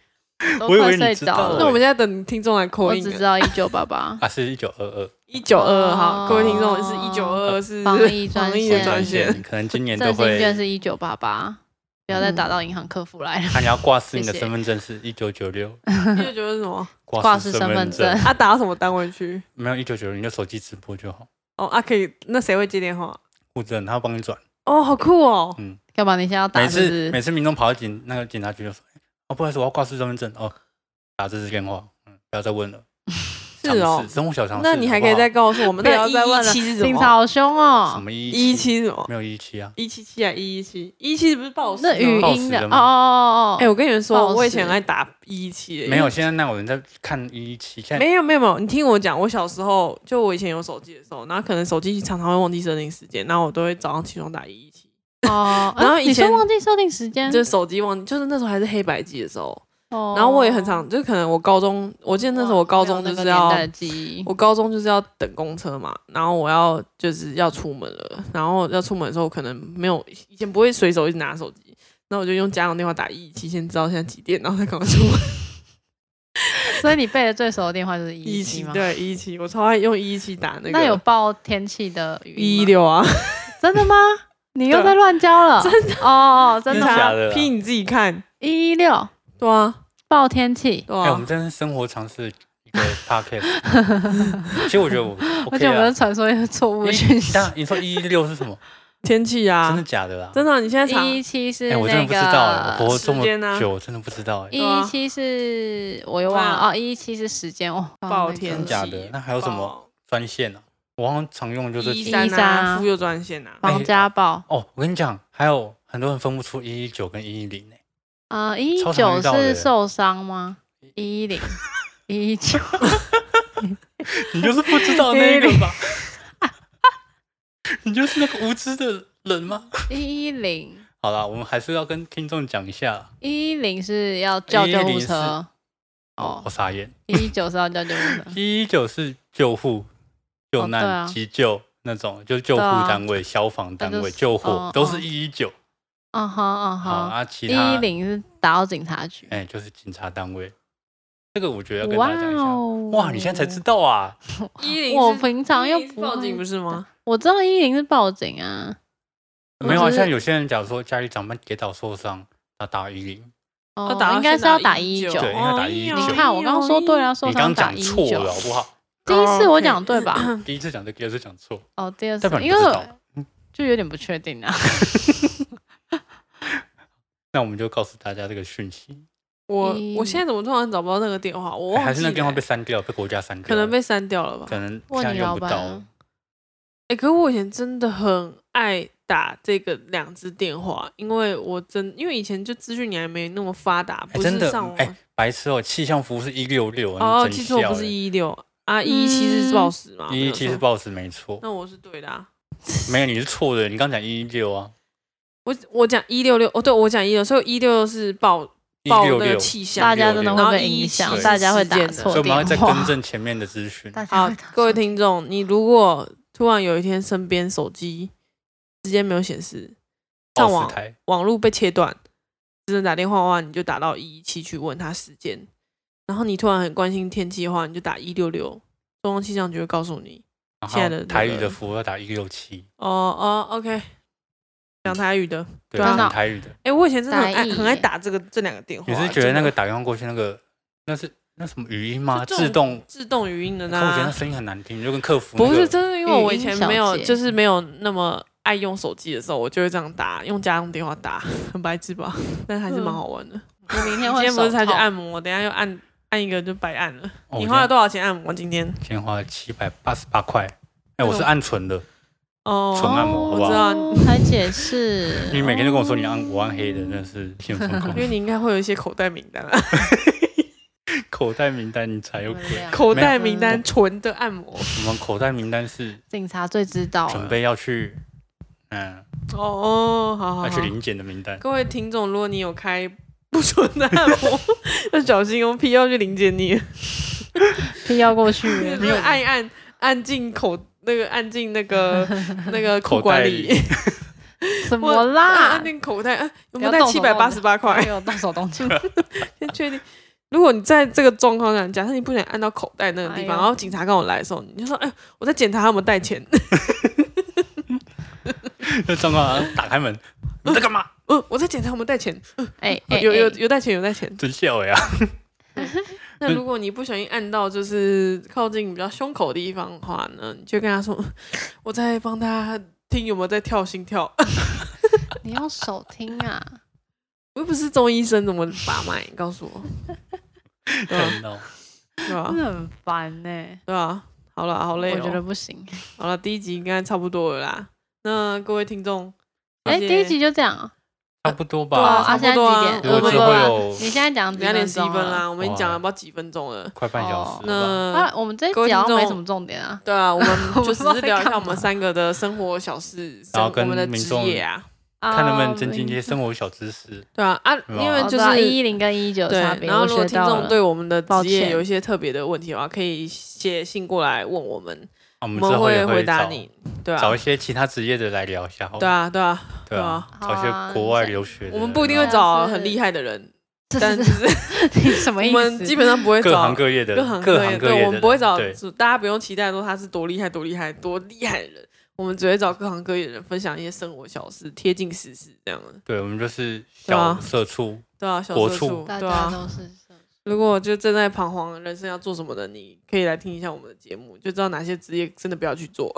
Speaker 2: 都
Speaker 3: 我以为
Speaker 2: 快
Speaker 3: 你
Speaker 2: 睡
Speaker 3: 知
Speaker 2: 着
Speaker 3: 道
Speaker 1: 那
Speaker 2: 了
Speaker 3: 欸。
Speaker 1: 我们现在等听众来扣
Speaker 2: 我
Speaker 1: 印
Speaker 2: 只知道一九八八
Speaker 3: 啊，是一九二二
Speaker 1: 一九二二哈，
Speaker 2: 哦
Speaker 1: 各位听众是一九二二是
Speaker 2: 防疫专
Speaker 1: 防疫
Speaker 2: 线
Speaker 1: 的专线。，
Speaker 3: 可能今年都
Speaker 2: 振兴 券
Speaker 3: 会。
Speaker 2: 是一九八八，不
Speaker 1: 嗯
Speaker 2: 要再打到银行客服来了。
Speaker 3: 看你要挂失你的
Speaker 2: 谢谢
Speaker 3: 身份证是一九九六，
Speaker 1: 一九九是什么？
Speaker 3: 挂
Speaker 2: 挂
Speaker 3: 失
Speaker 2: 失身份
Speaker 3: 证
Speaker 2: 证
Speaker 1: 他打到什么单位去？
Speaker 3: 没有一九九六，你就手机直播就好，
Speaker 1: 哦啊，可以。那谁会接电话？
Speaker 3: 户政他会帮你转。
Speaker 1: 哦，好酷哦！
Speaker 2: 干嘛？你现在要打
Speaker 3: 每
Speaker 2: 是不
Speaker 3: 次
Speaker 2: 是？
Speaker 3: 每次民众跑到警那个警察局就说：“哦，不好意思，我要挂失身份证哦，打这支电话，嗯，不要再问了。”
Speaker 1: 是哦
Speaker 3: 常识生活小常识。
Speaker 1: 那你还可以
Speaker 3: 好不
Speaker 1: 再
Speaker 3: 好
Speaker 1: 告诉我们，
Speaker 2: 不
Speaker 1: 那
Speaker 2: 要再问
Speaker 1: 一
Speaker 2: 了
Speaker 1: 七是什
Speaker 2: 警察
Speaker 1: 么？
Speaker 2: 好凶
Speaker 3: 什
Speaker 2: 哦！
Speaker 3: 么一
Speaker 1: 一七是什么？
Speaker 3: 没有一七啊？
Speaker 1: 一七七啊，一一七，一七不是报时吗
Speaker 2: 那语
Speaker 3: 报
Speaker 2: 音
Speaker 3: 时
Speaker 2: 的
Speaker 3: 的
Speaker 2: 哦
Speaker 3: 吗
Speaker 2: 哦哦哦哦，
Speaker 1: 哎、我跟你们说，
Speaker 2: 报时
Speaker 1: 我以前很爱打一一七，
Speaker 3: 没有，现在那有人在看一一七，
Speaker 2: 哎
Speaker 3: 现在
Speaker 1: 没有没有没有，你听我讲，我小时候就我以前有手机的时候，然后可能手机常常会忘记设定时间，然后我都会早上起床打一一七，
Speaker 2: 哦，
Speaker 1: 然后
Speaker 2: 啊
Speaker 1: 以
Speaker 2: 你
Speaker 1: 前
Speaker 2: 说忘记设定时间，
Speaker 1: 就是手机忘，就是那时候还是黑白机的时候，
Speaker 2: 哦
Speaker 1: 然后我也很常，就是可能我高中，我记得那时候我高中就是
Speaker 2: 哇
Speaker 1: 要
Speaker 2: 没有那个年代的记忆
Speaker 1: 我高中就是要等公车嘛，然后我要就是要出门了，然后要出门的时候可能没有以前不会随手一直拿手机，那我就用家长电话打一七，先知道现在几点，然后再赶快出门。
Speaker 2: 所以你背的最熟的电话就是一
Speaker 1: 七
Speaker 2: 七吗？
Speaker 1: 对 一七，我超爱用一七打那个。
Speaker 2: 那有报天气的语
Speaker 1: 一
Speaker 2: 音吗
Speaker 1: 六啊？
Speaker 2: 真的吗？你又
Speaker 1: 对
Speaker 2: 在乱 教了？真的哦，哦真的
Speaker 3: 真假
Speaker 2: 吗？
Speaker 3: 的啦
Speaker 1: 拼你自己看。
Speaker 2: 一六
Speaker 1: 对啊，
Speaker 2: 报天气，
Speaker 1: 对
Speaker 3: 哎、我
Speaker 1: 啊
Speaker 3: 们。真是生活常识 一个 podcast。其实我觉得我
Speaker 2: 而
Speaker 3: OK
Speaker 2: 且我们
Speaker 3: 啊
Speaker 2: 都。传说一些错误的讯
Speaker 3: 一
Speaker 2: 息。
Speaker 3: 当然你说一一六是什么？
Speaker 1: 天气
Speaker 3: 真的
Speaker 1: 啊，
Speaker 3: 假的啦？
Speaker 1: 真的啊，你现在查
Speaker 2: 一七是
Speaker 3: 哎，我真的
Speaker 2: 那
Speaker 3: 不知道哎，我
Speaker 2: 个
Speaker 3: 活这
Speaker 1: 时间啊
Speaker 3: 么久，我真的不知道哎。
Speaker 1: 啊
Speaker 2: 一七是我又忘了哦，一七是时间哦，
Speaker 1: 报天
Speaker 3: 真
Speaker 1: 气
Speaker 3: 的假的那还有什么专线啊？我好像常用就是
Speaker 1: 一
Speaker 2: 13
Speaker 1: 三
Speaker 2: 一三
Speaker 1: 啊，
Speaker 2: 啊
Speaker 1: 妇幼专线啊，
Speaker 2: 绑架报，
Speaker 3: 哦，我跟你讲，还有很多人分不出一一九跟一一零哎，
Speaker 2: 呃，一
Speaker 3: 超常
Speaker 2: 九
Speaker 3: 遇到的
Speaker 2: 是受伤吗？一 零一九
Speaker 3: 你就是不知道那个吧？ 你就是那个无知的人吗？
Speaker 2: 一零
Speaker 3: 好啦，我们还是要跟听众讲一下。
Speaker 2: 一零是要叫救护
Speaker 3: 110是
Speaker 2: 车
Speaker 3: 哦，
Speaker 2: 哦
Speaker 3: 我，傻眼，。
Speaker 2: 一九是要叫救护车
Speaker 3: 一一九是救护、救
Speaker 2: 哦对
Speaker 3: 难、
Speaker 2: 啊
Speaker 3: 急救那种，就是救护
Speaker 2: 对啊
Speaker 3: 单位、消防单
Speaker 2: 那就
Speaker 3: 位、
Speaker 2: 是
Speaker 3: 救
Speaker 2: 哦
Speaker 3: 火，都
Speaker 2: 哦
Speaker 3: 是一一九。
Speaker 2: 嗯哼嗯
Speaker 3: 好
Speaker 2: 哼，
Speaker 3: 啊，其他
Speaker 2: 一零是打到警察局。
Speaker 3: 哎、就是警察单位，这个我觉得要跟
Speaker 2: 哇
Speaker 3: 大家讲一下。
Speaker 2: 哦！
Speaker 3: 哇，你现在才知道啊！
Speaker 1: 一
Speaker 2: 我平常又不
Speaker 1: 报警
Speaker 2: 会
Speaker 1: 不是吗？
Speaker 2: 我知道一零是报警啊。我
Speaker 3: 没有啊，
Speaker 2: 只是
Speaker 3: 像有些人假如说家里长辈跌倒受伤，他打一零，
Speaker 2: 哦
Speaker 1: 要打到
Speaker 2: 应该是
Speaker 1: 现在哎
Speaker 2: 要打一
Speaker 1: 119
Speaker 2: 九。
Speaker 3: 对应该打119
Speaker 2: 你看，我刚刚说对啊了，，受
Speaker 3: 你刚
Speaker 2: 伤打
Speaker 3: 讲
Speaker 2: 一
Speaker 3: 错
Speaker 2: 九
Speaker 3: 了，。好不好？
Speaker 2: 第一
Speaker 1: 哦
Speaker 2: 次我讲对吧？
Speaker 3: 第一次讲对，第二次讲错，
Speaker 2: 哦，第二次
Speaker 3: 代表，你
Speaker 2: 因
Speaker 3: 不
Speaker 2: 为
Speaker 3: 知
Speaker 2: 我
Speaker 3: 道。
Speaker 2: 就有点不确定啊。
Speaker 3: 那我们就告诉大家这个讯息。
Speaker 1: 我哎我
Speaker 2: 一
Speaker 1: 现在怎么突然找不到那个电话？我忘
Speaker 3: 哎
Speaker 1: 记
Speaker 3: 还是那
Speaker 1: 了
Speaker 3: 电话被
Speaker 1: 欸
Speaker 3: 删掉，被国家删掉
Speaker 1: 可
Speaker 3: 了，
Speaker 1: 能被删掉了吧？
Speaker 3: 可能 现
Speaker 2: 问
Speaker 3: 在
Speaker 2: 你
Speaker 3: 用
Speaker 2: 老
Speaker 3: 不
Speaker 2: 板
Speaker 3: 到
Speaker 2: 啊。，
Speaker 1: 哎、可是我以前真的很爱打这个两只电话，因为我真因为以前就资讯你还没那么发达，
Speaker 3: 哎
Speaker 1: 不
Speaker 3: 真
Speaker 1: 是
Speaker 3: 的
Speaker 1: 上网、
Speaker 3: 哎白痴哦，气象服务是一六六，
Speaker 1: 哦，
Speaker 3: 你
Speaker 1: 记
Speaker 3: 真
Speaker 1: 错
Speaker 3: 笑
Speaker 1: 不是
Speaker 3: 哎
Speaker 1: 一六啊，一一七
Speaker 2: 嗯
Speaker 1: 是报时嘛？
Speaker 3: 一一七是
Speaker 1: 报，
Speaker 3: 报纸没错，
Speaker 1: 那我是对的、啊。
Speaker 3: 没有你是错的，你刚讲一一六啊，
Speaker 1: 我我讲一六六哦，对我讲一六，所以一六是报
Speaker 3: 一
Speaker 1: 报
Speaker 3: 六
Speaker 1: 那个
Speaker 3: 六，
Speaker 1: 气象。
Speaker 2: 大家真的
Speaker 1: 然后
Speaker 2: 会被
Speaker 1: 117
Speaker 2: 影响，
Speaker 3: 是
Speaker 2: 大家会
Speaker 1: 事
Speaker 2: 打
Speaker 1: 件的
Speaker 3: 所以
Speaker 2: 错
Speaker 3: 我们要再
Speaker 2: 电
Speaker 3: 更
Speaker 2: 话。
Speaker 3: 正前面的资 讯。
Speaker 2: 大家
Speaker 1: 好
Speaker 2: 会打，
Speaker 1: 各位
Speaker 2: 错
Speaker 1: 听众，你如果突然有一天身边手机时间没有显示，上
Speaker 3: 奥
Speaker 1: 网
Speaker 3: 斯台
Speaker 1: 网络被切断，只能打电话的话，你就打到一一七去问他时间。然后你突然很关心天气的话，你就打一六六，中央气象局会告诉你。
Speaker 3: 然
Speaker 1: 现在的
Speaker 3: 后
Speaker 1: 那
Speaker 3: 台语
Speaker 1: 个
Speaker 3: 的服务要打一六七，
Speaker 1: 哦哦，OK，讲台语的。
Speaker 3: 对，
Speaker 1: 对啊
Speaker 3: 讲台语的。
Speaker 1: 哎、我以前真的很爱
Speaker 2: 台语
Speaker 1: 很爱打这个这两个电话。
Speaker 3: 你是觉得那个
Speaker 1: 真的
Speaker 3: 打电话过去那个那是那什么语音吗？
Speaker 1: 就
Speaker 3: 自动？
Speaker 1: 自动语音的
Speaker 3: 可我觉得那
Speaker 1: 呢？
Speaker 3: 声音很难听，就跟客服那
Speaker 1: 不是，
Speaker 3: 个
Speaker 1: 真的，因为我以
Speaker 2: 语音
Speaker 1: 前
Speaker 2: 小
Speaker 1: 没有，
Speaker 2: 姐
Speaker 1: 就是没有那么爱用手机的时候，我就会这样打，用家用电话打， 很白痴吧？但还是蛮好玩的。
Speaker 2: 我明天
Speaker 1: 今
Speaker 2: 会
Speaker 1: 天不是才
Speaker 2: 嗯手
Speaker 1: 去
Speaker 2: 套
Speaker 1: 按摩，等一下又按按一个就白按了。
Speaker 3: 哦
Speaker 1: 你
Speaker 3: 我
Speaker 1: 花了
Speaker 3: 今
Speaker 1: 多少钱按摩？今天？
Speaker 3: 天花了七百八十八块。哎，
Speaker 1: 那
Speaker 3: 我是
Speaker 1: 种
Speaker 3: 按纯的，
Speaker 1: 哦，
Speaker 3: 纯按摩好不
Speaker 1: 我知道，
Speaker 2: 还解释
Speaker 1: 嗯
Speaker 3: ，你每天都跟我说你按我按黑的，真的 是信奉
Speaker 1: 因为
Speaker 3: 空。
Speaker 1: 你应该会有一些口袋名单啊，
Speaker 3: 口袋名单你才有嗯
Speaker 2: 哦
Speaker 3: 鬼。
Speaker 2: 这样
Speaker 1: 口袋名单纯的按摩。
Speaker 3: 我们口袋名单是
Speaker 2: 警察最知道
Speaker 3: 准
Speaker 2: 了。
Speaker 3: 备要去，嗯，
Speaker 1: 哦，好好
Speaker 3: 要
Speaker 1: 好
Speaker 3: 去。领检的名单。
Speaker 1: 各位听众，如果你有开不纯的按摩， 要小心哦，P 要去临检你，
Speaker 2: 批要 过去了，
Speaker 1: 没有按一按按进口那个按进那 个那个裤
Speaker 3: 口袋
Speaker 1: 管
Speaker 3: 里
Speaker 1: 里，
Speaker 2: 什
Speaker 1: 我
Speaker 2: 么
Speaker 1: 按
Speaker 2: 啦
Speaker 1: 按？进口袋，啊有没有
Speaker 2: 不
Speaker 1: 带
Speaker 2: 要动
Speaker 1: 七
Speaker 2: 手
Speaker 1: 百八十八
Speaker 2: 没
Speaker 1: 块？
Speaker 2: 有动手动 脚，
Speaker 1: 先确定。如果你在这个状况下，假设你不小心按到口袋那个地
Speaker 2: 哎
Speaker 1: 方，然
Speaker 2: 呦
Speaker 1: 后警察跟我来的时候，你就说：“哎，我在检查他有没有带钱。”
Speaker 3: 那状况啊打开门， 你在干嘛？
Speaker 1: 嗯，我在检查有没有带钱，
Speaker 2: 哎哎，
Speaker 1: 有有
Speaker 2: 哎
Speaker 1: 有带钱，有带钱。
Speaker 3: 真笑呀！
Speaker 1: 那如果你不小心按到就是靠近比较胸口的地方的话呢，你就跟他说， 我在帮他听有没有在跳心跳。
Speaker 2: 你要手听啊，
Speaker 1: 我又不是中医生，怎么把脉？你告诉我， 对吧、
Speaker 3: 看到
Speaker 1: 对吧、
Speaker 2: 真的很烦呢。
Speaker 1: 对吧、啊好了，好累
Speaker 2: 我觉得
Speaker 1: 哦。
Speaker 2: 不行。
Speaker 1: 好了，第一集应该差不多了啦。那各位听众，
Speaker 2: 哎，
Speaker 1: 谢谢
Speaker 2: 第一集就这样啊。
Speaker 3: 差不多
Speaker 1: 对
Speaker 2: 哦
Speaker 3: 吧？
Speaker 1: 差
Speaker 2: 啊，
Speaker 1: 不
Speaker 2: 现在
Speaker 1: 多啊
Speaker 2: 几
Speaker 1: 如
Speaker 2: 点？
Speaker 1: 果
Speaker 2: 呃不
Speaker 1: 之
Speaker 2: 不
Speaker 1: 后
Speaker 3: 有
Speaker 2: 不，你现在讲
Speaker 1: 人
Speaker 2: 几
Speaker 1: 家连
Speaker 2: 分
Speaker 1: 十
Speaker 2: 钟啊
Speaker 1: 一分啦，
Speaker 2: 了？
Speaker 1: 我们已经讲了不知道几分钟了。
Speaker 3: 快半小时了吧。
Speaker 1: 那
Speaker 2: 啊，我们这一
Speaker 1: 各位
Speaker 2: 集
Speaker 1: 听
Speaker 2: 好像没
Speaker 1: 众
Speaker 2: 什么重点啊。
Speaker 1: 对啊，我们就
Speaker 2: 我
Speaker 1: 只
Speaker 2: 不知道
Speaker 1: 是
Speaker 2: 在
Speaker 1: 聊一下
Speaker 2: 干
Speaker 1: 我们
Speaker 2: 嘛
Speaker 1: 三个的生活小事，
Speaker 3: 然后
Speaker 1: 生我们的
Speaker 3: 跟民
Speaker 1: 职
Speaker 3: 众
Speaker 1: 业啊。
Speaker 3: 看能不能增进一
Speaker 1: 嗯
Speaker 3: 些生活小知识。
Speaker 1: 对啊啊，
Speaker 3: 嗯
Speaker 1: 因为就
Speaker 2: 一
Speaker 1: 是
Speaker 2: 一零跟一一九
Speaker 1: 对
Speaker 2: 差，别，
Speaker 1: 然后
Speaker 2: 我
Speaker 1: 如果
Speaker 2: 学
Speaker 1: 听
Speaker 2: 到
Speaker 1: 众
Speaker 2: 了
Speaker 1: 对我们的
Speaker 2: 抱
Speaker 1: 职业
Speaker 2: 歉
Speaker 1: 有一些特别的问题的话，可以写信过来问我们，我
Speaker 3: 那我们之
Speaker 1: 们
Speaker 3: 后也
Speaker 1: 回答
Speaker 3: 找
Speaker 1: 你。对
Speaker 3: 找
Speaker 1: 啊
Speaker 3: 一，些其他职业的来聊一下，好
Speaker 1: 对
Speaker 3: 吗，
Speaker 1: 啊，对啊，
Speaker 3: 对啊，
Speaker 2: 对
Speaker 3: 找
Speaker 2: 啊
Speaker 3: 一些国外留学的，
Speaker 1: 我们不一定会
Speaker 3: 然后
Speaker 1: 找
Speaker 2: 像是
Speaker 1: 很厉害的人，
Speaker 2: 这
Speaker 1: 但
Speaker 2: 是
Speaker 1: 就是
Speaker 2: 什么意
Speaker 1: 我
Speaker 2: 思？
Speaker 1: 们基本上不会
Speaker 3: 各
Speaker 1: 找
Speaker 3: 行各业的，
Speaker 1: 各行各业，
Speaker 3: 行各业
Speaker 1: 对，
Speaker 3: 的，
Speaker 1: 我们不会找
Speaker 3: 对，，
Speaker 1: 大家不用期待说他是多厉害、多厉害、多厉害的人，我们只会找各行各业的人分享一些生活小事，贴近时事这样的，
Speaker 3: 对我们就是
Speaker 1: 对啊
Speaker 3: 小社畜，
Speaker 1: 对啊，小
Speaker 3: 国
Speaker 1: 社
Speaker 3: 畜
Speaker 1: 畜，
Speaker 2: 大
Speaker 1: 对
Speaker 2: 家
Speaker 1: 啊。
Speaker 2: 都是社畜
Speaker 1: 如果就正在彷徨人生要做什么的，你可以来听一下我们的节目，就知道哪些职业真的不要去 做。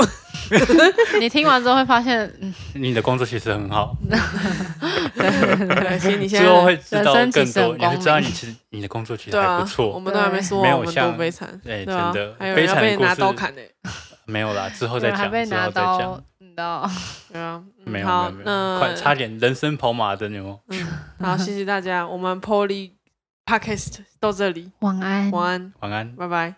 Speaker 2: 你听完之后会发现，嗯
Speaker 3: 你的工作其实很好，
Speaker 1: 对，所以你现
Speaker 3: 之后
Speaker 1: 在
Speaker 3: 会知
Speaker 2: 人
Speaker 3: 道
Speaker 2: 生
Speaker 3: 更
Speaker 2: 其实很
Speaker 3: 多，你会知道
Speaker 2: 光
Speaker 3: 你
Speaker 2: 明
Speaker 3: 其实你的工作其实
Speaker 1: 对
Speaker 3: 还
Speaker 1: 啊
Speaker 3: 不，
Speaker 1: 我
Speaker 3: 错，
Speaker 1: 们都还没说
Speaker 3: 没
Speaker 1: 完，
Speaker 3: 有
Speaker 1: 我们多
Speaker 3: 像
Speaker 1: 悲惨，对
Speaker 3: 哎，真
Speaker 1: 啊
Speaker 3: 的，
Speaker 1: 还有
Speaker 3: 悲
Speaker 1: 人要
Speaker 3: 惨的
Speaker 1: 被
Speaker 3: 故
Speaker 1: 拿刀
Speaker 3: 事
Speaker 1: 砍呢。
Speaker 3: 没有啦，之后
Speaker 2: 有
Speaker 3: 再
Speaker 2: 人还
Speaker 3: 讲，
Speaker 2: 啊被
Speaker 3: 之
Speaker 2: 拿
Speaker 3: 后再讲
Speaker 2: 刀，，你知道？
Speaker 1: 对啊，嗯
Speaker 3: 没有没
Speaker 1: 好
Speaker 3: 有，没有，快
Speaker 1: 那
Speaker 3: 差点人生跑马灯哦，
Speaker 1: 好，谢谢大家，我们 Poly Podcast 到这里，
Speaker 2: 晚安，
Speaker 1: 晚安，
Speaker 3: 晚安。
Speaker 1: 拜拜。